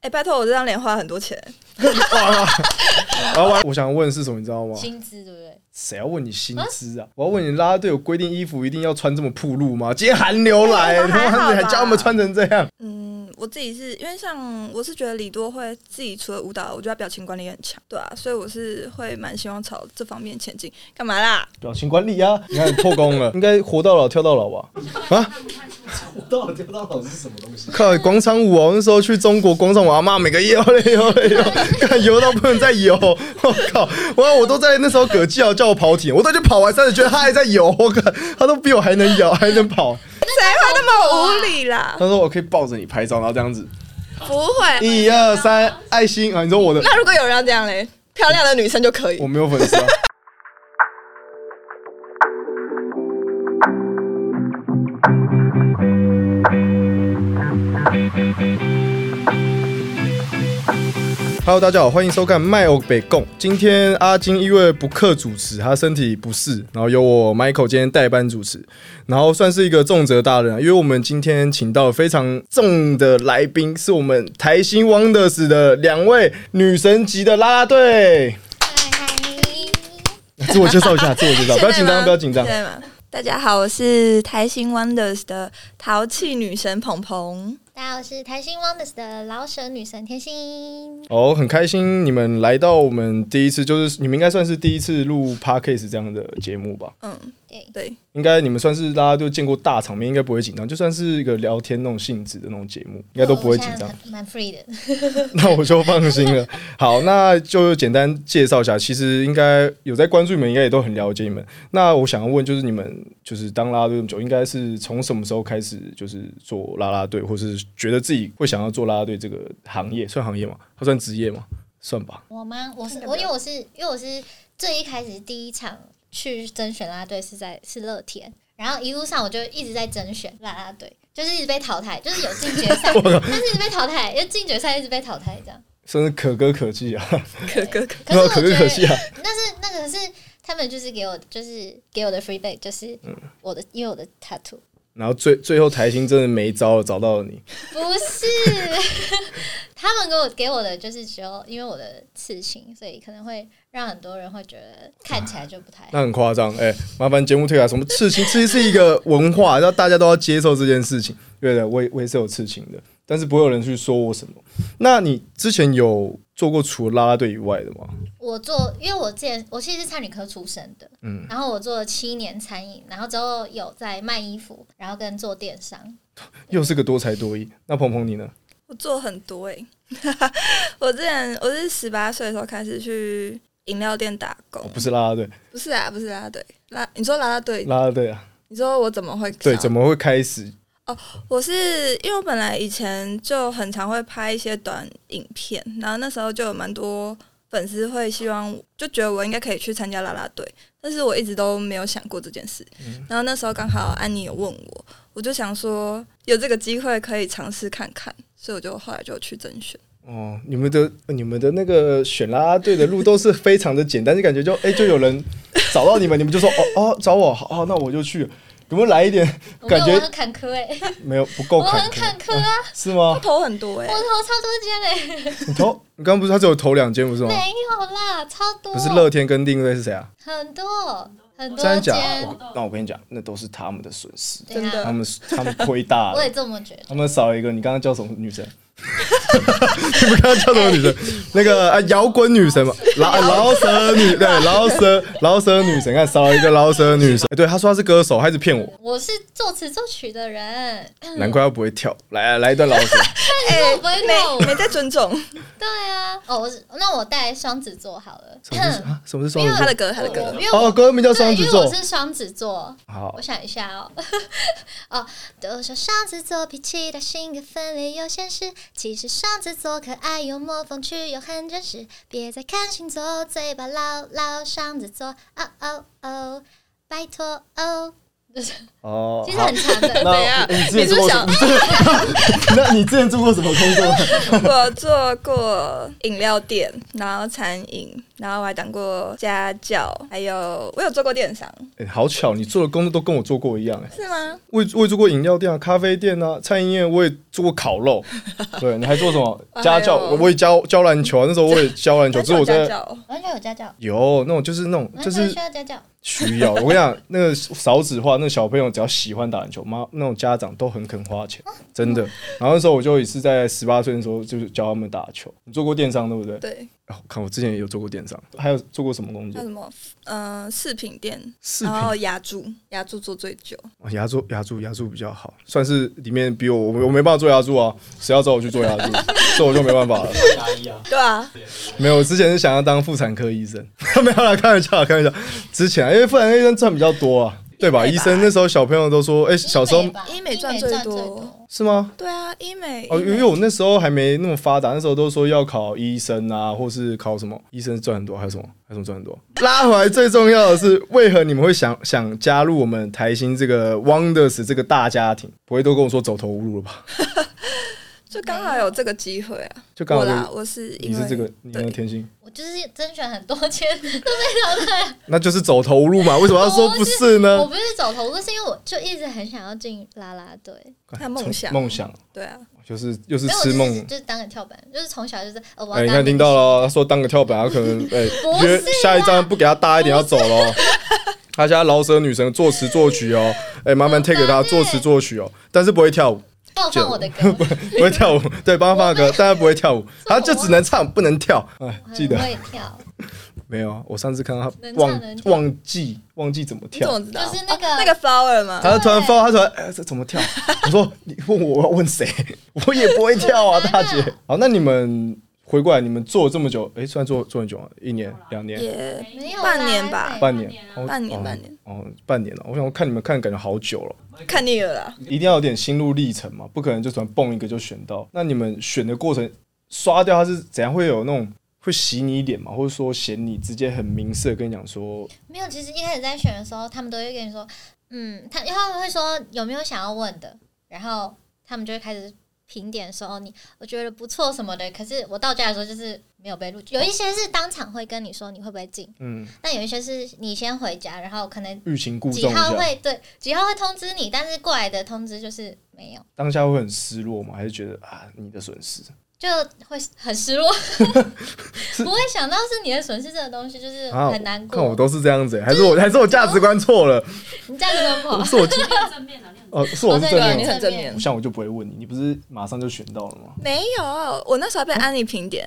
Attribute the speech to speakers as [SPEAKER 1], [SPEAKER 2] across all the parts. [SPEAKER 1] 哎、拜托，我这张脸花很多钱，
[SPEAKER 2] 然后我想问的是什么，你知道吗？
[SPEAKER 3] 薪资对不对？
[SPEAKER 2] 谁要问你薪资啊？我要问你，啦啦队有规定衣服一定要穿这么暴露吗？今天寒流来，
[SPEAKER 1] 我们哎还
[SPEAKER 2] 他妈
[SPEAKER 1] 好吧
[SPEAKER 2] 的还叫我们穿成这样？
[SPEAKER 1] 嗯，我自己是因为像我是觉得李多会自己除了舞蹈，我觉得他表情管理也很强，对啊，所以我是会蛮希望朝这方面前进。干嘛啦？
[SPEAKER 2] 表情管理啊！你看破功了，应该活到老跳到老吧？啊
[SPEAKER 4] 我 到底丢到老是什么东西？
[SPEAKER 2] 靠，广场舞哦！那时候去中国广场舞，阿妈每个游嘞游嘞游，看游到不能再游。我靠！哇，我都在那时候葛技豪叫我跑艇，我都已经跑完三十圈，他还在游。我靠，他都比我还能游，还能跑。
[SPEAKER 1] 谁会那么无理啦？
[SPEAKER 2] 他说我可以抱着你拍照，然后这样子，
[SPEAKER 1] 啊 不会。
[SPEAKER 2] 一二三，爱心啊！你说我的，
[SPEAKER 1] 那如果有人要这样嘞，漂亮的女生就可以
[SPEAKER 2] 我。没有粉丝、啊。Hello，大家好，欢迎收看《麦欧北贡》。今天阿金因为不克主持，他身体不适，然后由我 Michael 今天代班主持，然后算是一个重责大人啊，因为我们今天请到非常重的来宾，是我们台新 Wonders 的两位女神级的啦啦队。 自我介绍一下，自我介绍，不要紧张，不要紧张
[SPEAKER 1] 现。在吗大家好，我是台新 Wonders 的淘气女神鹏鹏。
[SPEAKER 3] 大家好，我是台新 Wonders 的老舍女神甜心。
[SPEAKER 2] 哦，很开心你们来到我们第一次，就是你们应该算是第一次录 podcast 这样的节目吧？
[SPEAKER 1] 嗯，
[SPEAKER 3] 对，
[SPEAKER 1] 对，
[SPEAKER 2] 应该你们算是大家都见过大场面，应该不会紧张，就算是一个聊天那种性质的那种节目，应该都不会紧张
[SPEAKER 3] 哦我。现在蛮蛮 free 的。
[SPEAKER 2] 那我就放心了。好，那就简单介绍一下，其实应该有在关注你们，应该也都很了解你们。那我想要问，就是你们就是当啦啦队那么久，应该是从什么时候开始就是做啦啦队，或是觉得自己会想要做啦啦队这个行业？算行业吗？它算职业吗？算吧。
[SPEAKER 3] 我吗？我是
[SPEAKER 1] 看得
[SPEAKER 3] 我，
[SPEAKER 1] 到
[SPEAKER 3] 因为我是因为我是最一开始第一场去甄选啦啦队是在是乐天，然后一路上我就一直在甄选啦啦队，就是一直被淘汰，就是有进 决赛，但是一直被淘汰，就进决赛一直被淘汰这样。
[SPEAKER 2] 甚至可歌可泣啊，
[SPEAKER 1] 可可可，
[SPEAKER 3] 可是 我
[SPEAKER 2] 可
[SPEAKER 3] 觉
[SPEAKER 2] 歌
[SPEAKER 3] 得
[SPEAKER 2] 可泣啊，
[SPEAKER 3] 但是那个是他们就是给我就是给我的 free back，就是
[SPEAKER 2] 嗯
[SPEAKER 3] 我的因为我的 tattoo
[SPEAKER 2] 然后最最后台新真的没招了，找到了你。
[SPEAKER 3] 不是 他们给我给我的就是只有因为我的刺青，所以可能会让很多人会觉得看起来就不太
[SPEAKER 2] 那很夸张，哎、麻烦节目退啊！什么刺青？刺青是一个文化，让大家都要接受这件事情。对的，我也我也是有刺青的，但是不会有人去说我什么。那你之前有做过除了啦啦队以外的吗？
[SPEAKER 3] 我做，因为我之前我其实是餐旅科出身的，
[SPEAKER 2] 嗯
[SPEAKER 3] 然后我做了七年餐饮，然后之后有在卖衣服，然后跟做电商，
[SPEAKER 2] 又是个多才多艺。那鹏鹏你呢？
[SPEAKER 1] 我做很多哎、 我之前我是十八岁的时候开始去饮料店打工
[SPEAKER 2] 哦、，不是啦啦队，
[SPEAKER 1] 不是啊，不是啦啦队，啦，你说啦啦队，
[SPEAKER 2] 啦啦队啊，
[SPEAKER 1] 你说我怎么会
[SPEAKER 2] 对，
[SPEAKER 1] 想
[SPEAKER 2] 怎么会开始？
[SPEAKER 1] 我是因为我本来以前就很常会拍一些短影片，然后那时候就有蛮多粉丝会希望，就觉得我应该可以去参加啦啦队，但是我一直都没有想过这件事。
[SPEAKER 2] 嗯
[SPEAKER 1] 然后那时候刚好安妮有问我，我就想说有这个机会可以尝试看看，所以我就后来就去甄选。
[SPEAKER 2] 哦，你们的你们的那个选啦啦队的路都是非常的简单，就感觉就哎、就有人找到你们，你们就说哦哦找我，好、哦，那我就去。有没有来一点？
[SPEAKER 3] 我没有
[SPEAKER 2] 感觉
[SPEAKER 3] 我很坎坷哎、
[SPEAKER 2] 没有不够
[SPEAKER 3] 我
[SPEAKER 2] 坎坷
[SPEAKER 3] 很
[SPEAKER 2] 哦
[SPEAKER 3] 坎坷啊，
[SPEAKER 2] 是吗？
[SPEAKER 1] 头很多哎、
[SPEAKER 3] 我头超多间哎、
[SPEAKER 2] 你头，你刚刚不是他只有头两间不是吗？
[SPEAKER 3] 没有啦，超多，
[SPEAKER 2] 不是乐天跟定位是谁啊？
[SPEAKER 3] 很多很
[SPEAKER 2] 真的假
[SPEAKER 3] 多间
[SPEAKER 2] 的？，我那我跟你讲，那都是他们的损失，
[SPEAKER 3] 对
[SPEAKER 1] 真
[SPEAKER 3] 啊
[SPEAKER 1] 的
[SPEAKER 2] 他们他们亏大
[SPEAKER 3] 我
[SPEAKER 2] 了
[SPEAKER 3] 也，这么觉得。
[SPEAKER 2] 他们少了一个。你刚刚叫什么女 神？你们刚刚叫什么女神？那个啊，摇滚女 神嘛，老老蛇女对，老蛇老蛇女神，看少了一个老蛇 女神。哎对，他说他是歌手，他一直骗我，
[SPEAKER 3] 我是作词作曲的人，
[SPEAKER 2] 难怪他不会跳。来来一段老蛇，哎
[SPEAKER 3] 但是我不会跳舞
[SPEAKER 1] 没。没在尊重
[SPEAKER 3] 对啊，哦，我是那我带双子座好了，
[SPEAKER 2] 什么是啊？什么是双子
[SPEAKER 1] 他的
[SPEAKER 2] 座？
[SPEAKER 1] 歌，他的歌
[SPEAKER 3] 我 因为我
[SPEAKER 2] 哦，歌名叫
[SPEAKER 3] 对
[SPEAKER 2] 双子
[SPEAKER 3] 因为
[SPEAKER 2] 座
[SPEAKER 3] 我。是双子座，
[SPEAKER 2] 好
[SPEAKER 3] 我，想一下哦， 哦，都说双子座脾气大，性格分裂又现实。其实双子座可爱、幽默、风趣又很真实。别再看星座，嘴巴唠唠双子座，哦哦哦，拜托哦。
[SPEAKER 2] 哦，
[SPEAKER 3] 其实
[SPEAKER 2] 好
[SPEAKER 3] 很长的，
[SPEAKER 2] 那
[SPEAKER 1] 怎样
[SPEAKER 2] 你之前
[SPEAKER 1] 啊你是
[SPEAKER 2] 做过什
[SPEAKER 1] 想
[SPEAKER 2] 么？ 那你之前做过什么工作？
[SPEAKER 1] 我做过饮料店，然后餐饮，然后我还当过家教，还有我有做过电商，
[SPEAKER 2] 哎、好巧，你做的工作都跟我做过一样哎、
[SPEAKER 1] 是吗？
[SPEAKER 2] 我也我也做过饮料店啊、咖啡店啊、餐饮业，我也做过烤 肉。对，你还做什么
[SPEAKER 1] 哎呦
[SPEAKER 2] 家教？我我也教教篮球啊，那时候我也教篮球，只是我
[SPEAKER 1] 家
[SPEAKER 2] 在
[SPEAKER 1] 教，
[SPEAKER 3] 完全有家教，
[SPEAKER 2] 有那种就是那种
[SPEAKER 3] 完
[SPEAKER 2] 就
[SPEAKER 3] 全
[SPEAKER 2] 是
[SPEAKER 3] 需要家教。
[SPEAKER 2] 需要。我跟你讲，那个少子化，那小朋友只要喜欢打篮球，妈那种家长都很肯花
[SPEAKER 1] 啊
[SPEAKER 2] 钱，真
[SPEAKER 1] 嗯
[SPEAKER 2] 的。然后那时候我就也是在十八岁的时候，就是教他们打球。你做过电商对不对？
[SPEAKER 1] 对，
[SPEAKER 2] 哦，我看我之前也有做过电商，还有做过什么工
[SPEAKER 1] 还
[SPEAKER 2] 作
[SPEAKER 1] 有？什么？呃，饰品店，
[SPEAKER 2] 饰
[SPEAKER 1] 然
[SPEAKER 2] 品
[SPEAKER 1] 后牙珠，牙珠做最久，
[SPEAKER 2] 哦牙柱牙柱牙柱比较好，算是里面比我我我没办法做牙柱啊，谁要找我去做牙柱， 这我就没办法了。
[SPEAKER 4] 牙医啊，
[SPEAKER 1] 对啊，
[SPEAKER 2] 没有，我之前是想要当妇产科医生， 没有啦，开玩笑啦，开玩笑。之前啊因为妇产科医生赚比较多啊，对吧？
[SPEAKER 1] 医美吧
[SPEAKER 2] 医生那时候小朋友都说，哎、小时候
[SPEAKER 3] 医美吧
[SPEAKER 1] 医
[SPEAKER 3] 医
[SPEAKER 1] 美
[SPEAKER 3] 美
[SPEAKER 1] 赚
[SPEAKER 3] 赚
[SPEAKER 1] 最
[SPEAKER 3] 最
[SPEAKER 1] 多
[SPEAKER 3] 多，
[SPEAKER 2] 是吗？
[SPEAKER 1] 对啊，医美，
[SPEAKER 2] 哦，
[SPEAKER 1] 医
[SPEAKER 2] 因
[SPEAKER 1] 美
[SPEAKER 2] 为我那时候还没那么发达，那时候都说要考医生啊，或是考什么医生赚很多，还有什么还有什么赚很多。拉回来最重要的是，为何你们会想想加入我们台新这个 Wonders 这个大家庭？不会都跟我说走投无路了吧？
[SPEAKER 1] 就刚好有这个机会啊，
[SPEAKER 2] 就刚
[SPEAKER 1] 我
[SPEAKER 2] 好这
[SPEAKER 1] 啦，
[SPEAKER 2] 个
[SPEAKER 1] 我是因
[SPEAKER 2] 你
[SPEAKER 1] 为
[SPEAKER 2] 是这个你的
[SPEAKER 1] 对
[SPEAKER 2] 天性，
[SPEAKER 3] 我就是甄选很多间，
[SPEAKER 2] 那就是走投无路嘛？为什么要
[SPEAKER 1] 哦
[SPEAKER 2] 说不是
[SPEAKER 3] 我
[SPEAKER 2] 呢？
[SPEAKER 3] 不是走投无路，是因为我就一直很想要进啦啦队，
[SPEAKER 1] 那梦想
[SPEAKER 2] 哎梦想
[SPEAKER 1] 对啊，
[SPEAKER 2] 就是又是
[SPEAKER 3] 没有我
[SPEAKER 2] 吃
[SPEAKER 3] 就是
[SPEAKER 2] 梦。
[SPEAKER 3] 就是当个跳板，就是从小就是呃，我
[SPEAKER 2] 哎、
[SPEAKER 3] 要
[SPEAKER 2] 你
[SPEAKER 3] 当
[SPEAKER 2] 看听到了哦，他说当个跳板，他可 能哎、
[SPEAKER 3] 不
[SPEAKER 2] 约
[SPEAKER 3] 是
[SPEAKER 2] 下一张不给他搭一点要走了 哦。他现在饶舌女神作词作曲哦，哎、麻烦 take 他作词作曲哦，但是不会跳舞，
[SPEAKER 3] 放放我的歌，
[SPEAKER 2] 不会跳舞，对，帮他放个歌，但他不会跳舞，他就只能唱不能跳。哎， 记
[SPEAKER 3] 我
[SPEAKER 2] 得
[SPEAKER 3] 也跳，
[SPEAKER 2] 没有啊？我上次看到他
[SPEAKER 3] 能唱
[SPEAKER 2] 忘
[SPEAKER 3] 能跳
[SPEAKER 2] 忘记忘记怎么
[SPEAKER 1] 你怎
[SPEAKER 2] 跳，
[SPEAKER 1] 么知道？
[SPEAKER 3] 就是那个
[SPEAKER 1] 哦那个 flower 嘛，
[SPEAKER 2] 他突然发，他突然哎，这怎么跳？我说你问我，我要问谁？我也不会跳啊，大姐。好，那你们回过来，你们做了这么久，哎，算做做很久啊，一年、两年、
[SPEAKER 1] 也
[SPEAKER 3] 没有啦
[SPEAKER 1] 半年吧
[SPEAKER 3] 哎
[SPEAKER 2] 半年、哦
[SPEAKER 1] 半年
[SPEAKER 2] 哦
[SPEAKER 1] 半年
[SPEAKER 2] 哦，半年了。我想我看你们看感觉好久了，
[SPEAKER 1] 看腻了啦，
[SPEAKER 2] 一定要有点心路历程嘛，不可能就突然蹦一个就选到。那你们选的过程刷掉，它是怎样会有那种？会洗你脸嘛，或者说嫌你直接很明示的跟你讲说，
[SPEAKER 3] 没有，其实一开始在选的时候，他们都会跟你说，嗯，他他们会说有没有想要问的，然后他们就会开始评点说，哦，你我觉得不错什么的。可是我到家的时候就是没有被录取，有一些是当场会跟你说你会不会进，
[SPEAKER 2] 嗯，
[SPEAKER 3] 但有一些是你先回家，然后可能
[SPEAKER 2] 欲擒故
[SPEAKER 3] 几
[SPEAKER 2] 纵一
[SPEAKER 3] 号
[SPEAKER 2] 下，
[SPEAKER 3] 会对几号会通知你，但是过来的通知就是没有，
[SPEAKER 2] 当下会很失落嘛，还是觉得啊你的损失？
[SPEAKER 3] 就会很失 落，不会想到是你的损失这个东西，就是
[SPEAKER 2] 啊
[SPEAKER 3] 很难
[SPEAKER 2] 看我
[SPEAKER 3] 过。
[SPEAKER 2] 都是这样子、欸，还是我还是我价值观错了？
[SPEAKER 3] 你这样子很不 好，
[SPEAKER 2] 是我
[SPEAKER 5] 正面的，
[SPEAKER 2] 哦，是我是
[SPEAKER 3] 哦
[SPEAKER 1] 对
[SPEAKER 2] 真
[SPEAKER 3] 对
[SPEAKER 1] 啊，
[SPEAKER 2] 的
[SPEAKER 1] 你
[SPEAKER 2] 吗。
[SPEAKER 1] 很正面。
[SPEAKER 2] 像我就不会问你，你不是马上就选到了吗？
[SPEAKER 1] 没有，我那时候还被安利评点，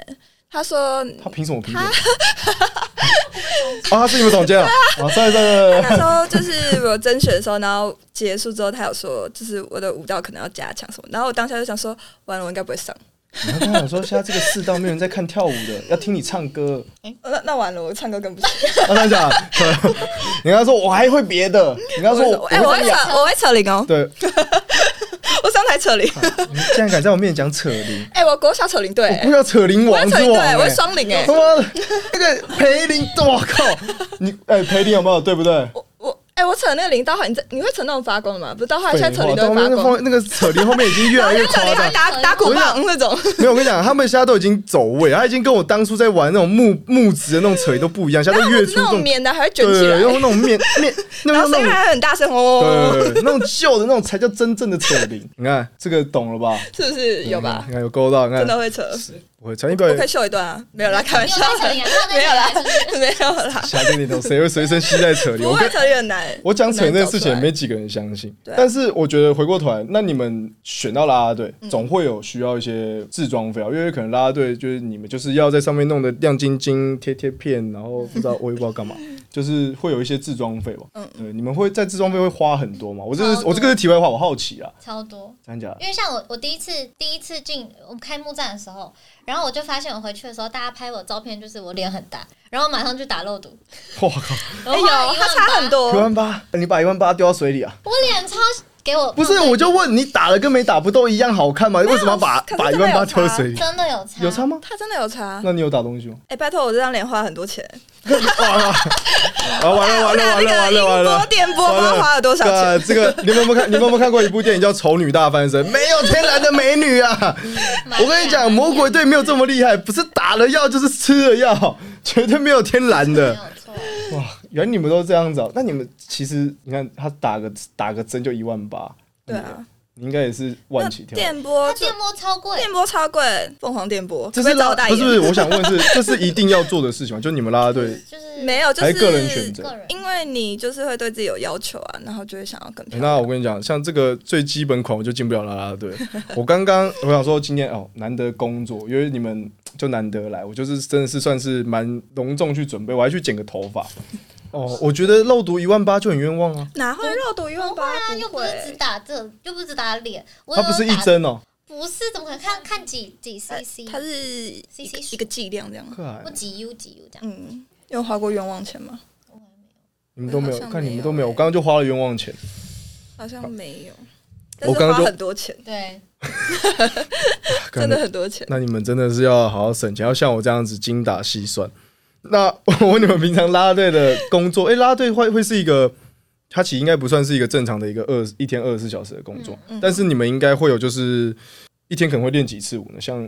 [SPEAKER 1] 他说
[SPEAKER 2] 他凭什么 评点？哦，他是你们总监啊！啊，算了算了，
[SPEAKER 1] 那时候就是我甄选的时候，然后结束之后，他有说就是我的舞蹈可能要加强什么，然后我当下就想说，完了我应该不会上，
[SPEAKER 2] 你要跟他讲说，现在这个世道没有人在看跳舞的，要听你唱歌。
[SPEAKER 1] 哦那那完了，我唱歌更不行。
[SPEAKER 2] 啊，他讲， 你跟他说我还会别的，你跟他说我
[SPEAKER 1] 哎，我
[SPEAKER 2] 会
[SPEAKER 1] 会扯，我会扯铃哦，
[SPEAKER 2] 对，
[SPEAKER 1] 我上台 扯铃，
[SPEAKER 2] 你竟然敢在我面前讲扯铃，
[SPEAKER 1] 哎，我国小扯铃队，
[SPEAKER 2] 我叫扯铃
[SPEAKER 1] 我
[SPEAKER 2] 王
[SPEAKER 1] 会
[SPEAKER 2] 之
[SPEAKER 1] 扯铃
[SPEAKER 2] 王、
[SPEAKER 1] 队，我会
[SPEAKER 2] 欸。
[SPEAKER 1] 双铃哎
[SPEAKER 2] 他，妈的，那个裴林，我靠！你哎、裴林有没有对不对？
[SPEAKER 1] 我我哎，我扯那个铃到后来，你在你会扯那种发光的吗？不是到后来现在扯铃
[SPEAKER 2] 废
[SPEAKER 1] 都会
[SPEAKER 2] 话到
[SPEAKER 1] 发
[SPEAKER 2] 那个后
[SPEAKER 1] 光，
[SPEAKER 2] 那个扯铃后面已经越
[SPEAKER 1] 然后
[SPEAKER 2] 来
[SPEAKER 1] 那
[SPEAKER 2] 越
[SPEAKER 1] 个扯
[SPEAKER 2] 夸
[SPEAKER 1] 铃
[SPEAKER 2] 张
[SPEAKER 1] 还。打打鼓棒那种，
[SPEAKER 2] 没有，我跟你讲，他们现在都已经走位，他已经跟我当初在玩那种木木质的那种扯铃都不一样，现在
[SPEAKER 1] 然
[SPEAKER 2] 都
[SPEAKER 1] 后
[SPEAKER 2] 越
[SPEAKER 1] 是
[SPEAKER 2] 出
[SPEAKER 1] 那
[SPEAKER 2] 这
[SPEAKER 1] 种
[SPEAKER 2] 种
[SPEAKER 1] 棉的还会卷起
[SPEAKER 2] 对，
[SPEAKER 1] 来，
[SPEAKER 2] 用那种面 面，那
[SPEAKER 1] 然
[SPEAKER 2] 用
[SPEAKER 1] 后
[SPEAKER 2] 那
[SPEAKER 1] 声音
[SPEAKER 2] 种
[SPEAKER 1] 还很大声哦，
[SPEAKER 2] 对那种旧的那种才叫真正的扯 铃。你看这个懂了吧？嗯
[SPEAKER 1] 是不是有吧
[SPEAKER 2] 你？看有勾到，你
[SPEAKER 1] 真
[SPEAKER 2] 看
[SPEAKER 1] 的会扯。
[SPEAKER 2] 我会传一
[SPEAKER 1] 我可
[SPEAKER 2] 百
[SPEAKER 1] 以。秀一段啊，没有啦，开玩笑
[SPEAKER 3] 又在扯铃啊又在扯铃
[SPEAKER 1] 没有啦
[SPEAKER 3] 是不，
[SPEAKER 1] 没有啦，
[SPEAKER 2] 瞎跟你懂，谁会随身携带扯铃？
[SPEAKER 1] 不
[SPEAKER 2] 我
[SPEAKER 1] 会
[SPEAKER 2] 跟
[SPEAKER 1] 扯铃很难。
[SPEAKER 2] 我讲扯铃这件事情，
[SPEAKER 1] 很
[SPEAKER 2] 没
[SPEAKER 1] 难
[SPEAKER 2] 几个人相信
[SPEAKER 1] 对。啊
[SPEAKER 2] 但是我觉得回过头来，那你们选到啦啦队，
[SPEAKER 1] 嗯
[SPEAKER 2] 总会有需要一些自装费啊，因为可能啦啦队就是你们就是要在上面弄得亮晶晶、贴贴片，然后不知道我也不知道 干嘛，就是会有一些自装费吧。
[SPEAKER 1] 嗯
[SPEAKER 2] 对，你们会在自装费会花很多吗？我这是
[SPEAKER 3] 超多
[SPEAKER 2] 我这个是题外话，我好奇啊，
[SPEAKER 3] 超多。
[SPEAKER 2] 真的假的？
[SPEAKER 3] 因为像我，我第一次第一次进我们开幕战的时候，然后我就发现我回去的时候，大家拍我照片就是我脸很大，然后我马上去打肉毒，
[SPEAKER 2] 我靠，
[SPEAKER 1] 哎
[SPEAKER 3] 哎
[SPEAKER 1] 呦，它差很，多
[SPEAKER 2] 一，万八，你把一万八丢到水里啊！
[SPEAKER 3] 我脸超给我
[SPEAKER 2] 不是，
[SPEAKER 3] 放对
[SPEAKER 2] 我就问你打了跟没打不都一样好看吗？为什么要把
[SPEAKER 1] 可是
[SPEAKER 2] 把一
[SPEAKER 1] 真的
[SPEAKER 2] 万八
[SPEAKER 1] 有
[SPEAKER 2] 挑
[SPEAKER 1] 差
[SPEAKER 2] 水里？
[SPEAKER 3] 真的有差
[SPEAKER 2] 有差吗？
[SPEAKER 1] 他真的有查？哎、
[SPEAKER 2] 那你有打东西吗？
[SPEAKER 1] 拜托，我这张脸花很多钱，
[SPEAKER 2] 啊，完了完了完了完了
[SPEAKER 1] 那
[SPEAKER 2] 完
[SPEAKER 1] 个
[SPEAKER 2] 了
[SPEAKER 1] 音波！电波不知道花了多少
[SPEAKER 2] 对啊
[SPEAKER 1] 钱。
[SPEAKER 2] 这个你们有没有看？你们有没有看过一部电影叫《丑女大翻身》？没有天然的美女 啊！我跟你讲，魔鬼队没有这么厉害，不是打了药就是吃了药，绝对没有天然
[SPEAKER 3] 没
[SPEAKER 2] 的。
[SPEAKER 3] 有错，
[SPEAKER 2] 原来你们都这样子、哦，那你们其实你看他打个打个针就一万八，
[SPEAKER 1] 对啊，
[SPEAKER 2] 你应该也是
[SPEAKER 1] 那
[SPEAKER 2] 万起跳。
[SPEAKER 1] 电波
[SPEAKER 3] 它电波超贵，
[SPEAKER 1] 电波超贵，凤凰电波，
[SPEAKER 2] 这
[SPEAKER 1] 会
[SPEAKER 2] 是
[SPEAKER 1] 不会找
[SPEAKER 2] 拉
[SPEAKER 1] 我代
[SPEAKER 2] 不
[SPEAKER 1] 言
[SPEAKER 2] 是不是？我想问是，这是一定要做的事情吗？就你们啦啦队，
[SPEAKER 3] 就是
[SPEAKER 1] 没有，就
[SPEAKER 2] 还
[SPEAKER 1] 是
[SPEAKER 2] 是个人选择
[SPEAKER 3] 个人。
[SPEAKER 1] 因为你就是会对自己有要求啊，然后就会想要更漂亮。
[SPEAKER 2] 欸那我跟你讲，像这个最基本款，我就进不了啦啦队。 我刚刚我想说，今天哦，难得工作，因为你们就难得来，我就是真的是算是蛮隆重去准备，我还去剪个头 发。哦，我觉得肉毒一万八就很冤枉啊，
[SPEAKER 1] 哪会肉毒一万
[SPEAKER 3] 不会
[SPEAKER 1] 八？
[SPEAKER 3] 啊，又
[SPEAKER 1] 不
[SPEAKER 3] 不是只
[SPEAKER 1] 会。
[SPEAKER 3] 打这，又不是只打脸，我
[SPEAKER 2] 它
[SPEAKER 3] 有
[SPEAKER 2] 不是一
[SPEAKER 3] 打，
[SPEAKER 2] 针哦，
[SPEAKER 3] 不是怎么可能看看几几 CC，
[SPEAKER 1] 它是一
[SPEAKER 3] CC
[SPEAKER 1] 个
[SPEAKER 3] 数
[SPEAKER 1] 一个剂量这样。
[SPEAKER 2] 看
[SPEAKER 3] 不几 U 几 U 这样，
[SPEAKER 1] 嗯，有花过冤枉钱吗？
[SPEAKER 2] 你们都没有
[SPEAKER 1] 好，像
[SPEAKER 2] 看
[SPEAKER 1] 没
[SPEAKER 2] 你们
[SPEAKER 1] 有
[SPEAKER 2] 都没有，
[SPEAKER 1] 欸
[SPEAKER 2] 我刚刚就花了冤枉钱。
[SPEAKER 1] 好像没有，但
[SPEAKER 2] 我
[SPEAKER 1] 是
[SPEAKER 2] 刚刚
[SPEAKER 1] 花
[SPEAKER 2] 就
[SPEAKER 1] 很多 钱，
[SPEAKER 3] 对，
[SPEAKER 1] 真的很多钱。
[SPEAKER 2] 那你们真的是要好好省钱，要像我这样子精打细算。那我问你们，平常拉拉队的工作，诶，拉拉队会会是一个，它其实应该不算是一个正常的一个二一天二十四小时的工作，
[SPEAKER 1] 嗯嗯
[SPEAKER 2] 但是你们应该会有就是一天可能会练几次舞呢？像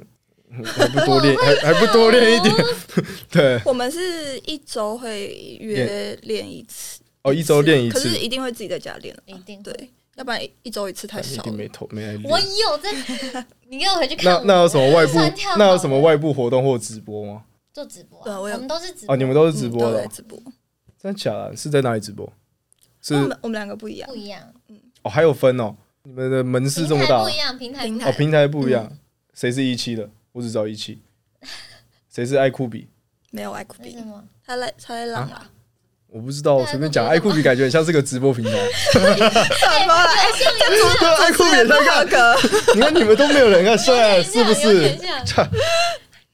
[SPEAKER 2] 嗯还不多 练，还还不多练一点，对，
[SPEAKER 1] 我们是一周会约练一次，
[SPEAKER 2] 哦，一周练一
[SPEAKER 1] 可
[SPEAKER 2] 次
[SPEAKER 1] 是，一定会自己在家练啊，
[SPEAKER 3] 一定会
[SPEAKER 1] 对，要不然一一周一次太
[SPEAKER 2] 一
[SPEAKER 1] 少
[SPEAKER 2] 定
[SPEAKER 1] 了。
[SPEAKER 2] 没头没来
[SPEAKER 3] 我
[SPEAKER 2] 练。
[SPEAKER 3] 有 这，你给我回去看
[SPEAKER 2] 那
[SPEAKER 3] 我。
[SPEAKER 2] 那有什么外部
[SPEAKER 3] 算跳？
[SPEAKER 2] 那有什么外部活动或直播吗？
[SPEAKER 3] 做直播啊？
[SPEAKER 1] 对我有
[SPEAKER 3] 们都是直播，
[SPEAKER 2] 哦，你们都是直播
[SPEAKER 1] 嗯
[SPEAKER 2] 的
[SPEAKER 1] 对
[SPEAKER 2] 哦，
[SPEAKER 1] 直播。
[SPEAKER 2] 真的假的？是在哪里直播？是
[SPEAKER 1] 我们我们两个不一样
[SPEAKER 3] 不，一样，
[SPEAKER 2] 哦，还有分哦，你们的门市
[SPEAKER 3] 平
[SPEAKER 2] 这么
[SPEAKER 3] 台
[SPEAKER 2] 大
[SPEAKER 3] 不一样，平台
[SPEAKER 1] 平
[SPEAKER 3] 不一
[SPEAKER 1] 台
[SPEAKER 2] 哦，
[SPEAKER 3] 样
[SPEAKER 2] 平台不一样，谁是一期的？我只知道一 期，谁是爱酷比？
[SPEAKER 1] 没有爱酷
[SPEAKER 3] 为
[SPEAKER 1] 比
[SPEAKER 3] 什，么？
[SPEAKER 1] 他来他在浪啊，
[SPEAKER 2] 我不知道，我随便讲。爱
[SPEAKER 3] 爱酷
[SPEAKER 2] 酷
[SPEAKER 3] 比
[SPEAKER 2] 比感觉很像是个直播平 台，
[SPEAKER 1] 什么啦？哎，
[SPEAKER 2] 对，爱酷比很像
[SPEAKER 1] 大
[SPEAKER 2] 看，
[SPEAKER 1] 哥，
[SPEAKER 2] 你看你们 都没有人看，帅啊是不
[SPEAKER 3] 有点
[SPEAKER 2] 是？
[SPEAKER 3] 像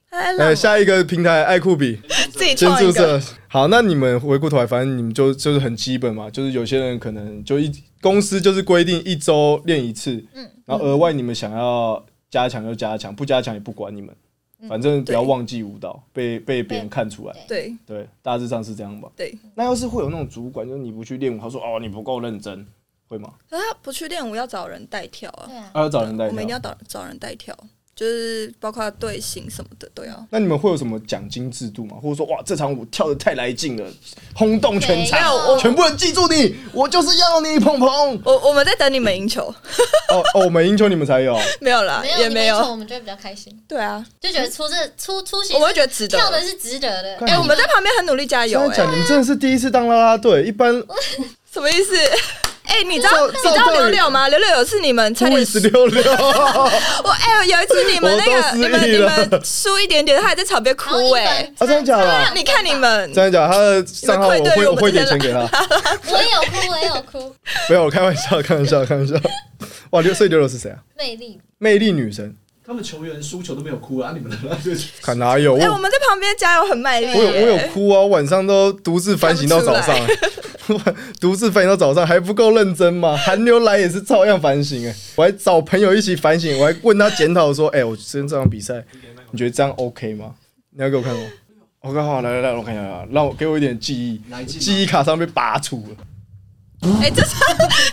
[SPEAKER 1] 他在浪
[SPEAKER 2] 来
[SPEAKER 1] 啊，
[SPEAKER 2] 下一个平台爱酷比
[SPEAKER 1] 自己
[SPEAKER 2] 呃先
[SPEAKER 1] 创
[SPEAKER 2] 注
[SPEAKER 1] 一个。
[SPEAKER 2] 册。好，那你们回过头来，反正你们就就是很基本嘛，就是有些人可能就一公司就是规定一周练一次，
[SPEAKER 3] 嗯
[SPEAKER 2] 然后额外你们想要加强就加强，不加强也不管你们，反正不要忘记舞蹈，被被别人看出来。
[SPEAKER 1] 对
[SPEAKER 2] 对，大致上是这样吧。
[SPEAKER 1] 对，
[SPEAKER 2] 那要是会有那种主管，就是你不去练舞，他说哦你不够认真，会吗？
[SPEAKER 1] 可是他不去练舞要找人代跳啊
[SPEAKER 3] 对，啊，
[SPEAKER 2] 啊，要找人代
[SPEAKER 1] 我们一定
[SPEAKER 2] 跳
[SPEAKER 1] 要。找找人代跳，就是包括队形什么的都要。
[SPEAKER 2] 那你们会有什么奖金制度吗？或者说哇这场舞跳的太来劲了，轰动全
[SPEAKER 3] 没有
[SPEAKER 2] 场，
[SPEAKER 3] 我
[SPEAKER 2] 全部人记住你，我就是要你鹏鹏。
[SPEAKER 1] 我我们在等你们赢球，
[SPEAKER 2] 哦哦，我们英雄你们才有，
[SPEAKER 1] 没有啦，
[SPEAKER 3] 没有
[SPEAKER 1] 也
[SPEAKER 3] 你们
[SPEAKER 1] 没
[SPEAKER 3] 一种
[SPEAKER 1] 有。
[SPEAKER 3] 我们就会比较开心，
[SPEAKER 1] 对啊，
[SPEAKER 3] 就觉得出这出出席
[SPEAKER 1] 我们会觉得值得。
[SPEAKER 3] 跳的是值得的。
[SPEAKER 2] 干
[SPEAKER 1] 哎、我们在旁边很努力加油、
[SPEAKER 2] 真的
[SPEAKER 1] 哎
[SPEAKER 2] 假，的？你们真的是第一次当啦啦队，一般
[SPEAKER 1] 什么意思？ 哎、你知道
[SPEAKER 2] 赵
[SPEAKER 1] 你知道
[SPEAKER 2] 赵
[SPEAKER 1] 柳
[SPEAKER 2] 道宇
[SPEAKER 1] 柳吗？柳柳有次你们差
[SPEAKER 2] 初一
[SPEAKER 1] 点
[SPEAKER 2] 十六六，
[SPEAKER 1] 我哎、有一次你们那
[SPEAKER 2] 我都
[SPEAKER 1] 个
[SPEAKER 2] 失
[SPEAKER 1] 你们
[SPEAKER 2] 忆
[SPEAKER 1] 你
[SPEAKER 2] 了
[SPEAKER 1] 们输一点点，他还在场边
[SPEAKER 3] 然后
[SPEAKER 1] 哭
[SPEAKER 3] 一
[SPEAKER 1] 哎、
[SPEAKER 3] 本
[SPEAKER 2] 啊真的假的啊
[SPEAKER 3] 差
[SPEAKER 1] 你看你，们，
[SPEAKER 2] 真的假的？他的账号
[SPEAKER 1] 你
[SPEAKER 2] 我
[SPEAKER 1] 们愧对于
[SPEAKER 2] 会
[SPEAKER 1] 我
[SPEAKER 2] 我
[SPEAKER 1] 们
[SPEAKER 2] 会给
[SPEAKER 1] 这些
[SPEAKER 2] 钱给他，
[SPEAKER 3] 我也有哭，我也有哭，
[SPEAKER 2] 没有，我开玩笑，开玩笑，开玩笑。哇，六岁六六是谁啊？
[SPEAKER 3] 魅力
[SPEAKER 2] 魅力女神，
[SPEAKER 4] 他们球员输球都没有哭啊，你们来就
[SPEAKER 2] 看哪有？
[SPEAKER 1] 哎、
[SPEAKER 2] 我
[SPEAKER 1] 我们在旁边加油很卖力、哎
[SPEAKER 2] 我有我有哭啊，我晚上都独自反省到早上、
[SPEAKER 1] 看
[SPEAKER 2] 欸， 独自反省到早上还不够认真吗？韩流来也是照样反省哎、我还找朋友一起反省，我还问他检讨说，哎、我今天这场比赛，你觉得这样 OK 吗？你要给我看吗？我看好，来来来，我看一下啊，让我给我一点记忆
[SPEAKER 4] 哪一，季吗
[SPEAKER 2] 记忆卡上被拔除了。
[SPEAKER 1] 哎、这招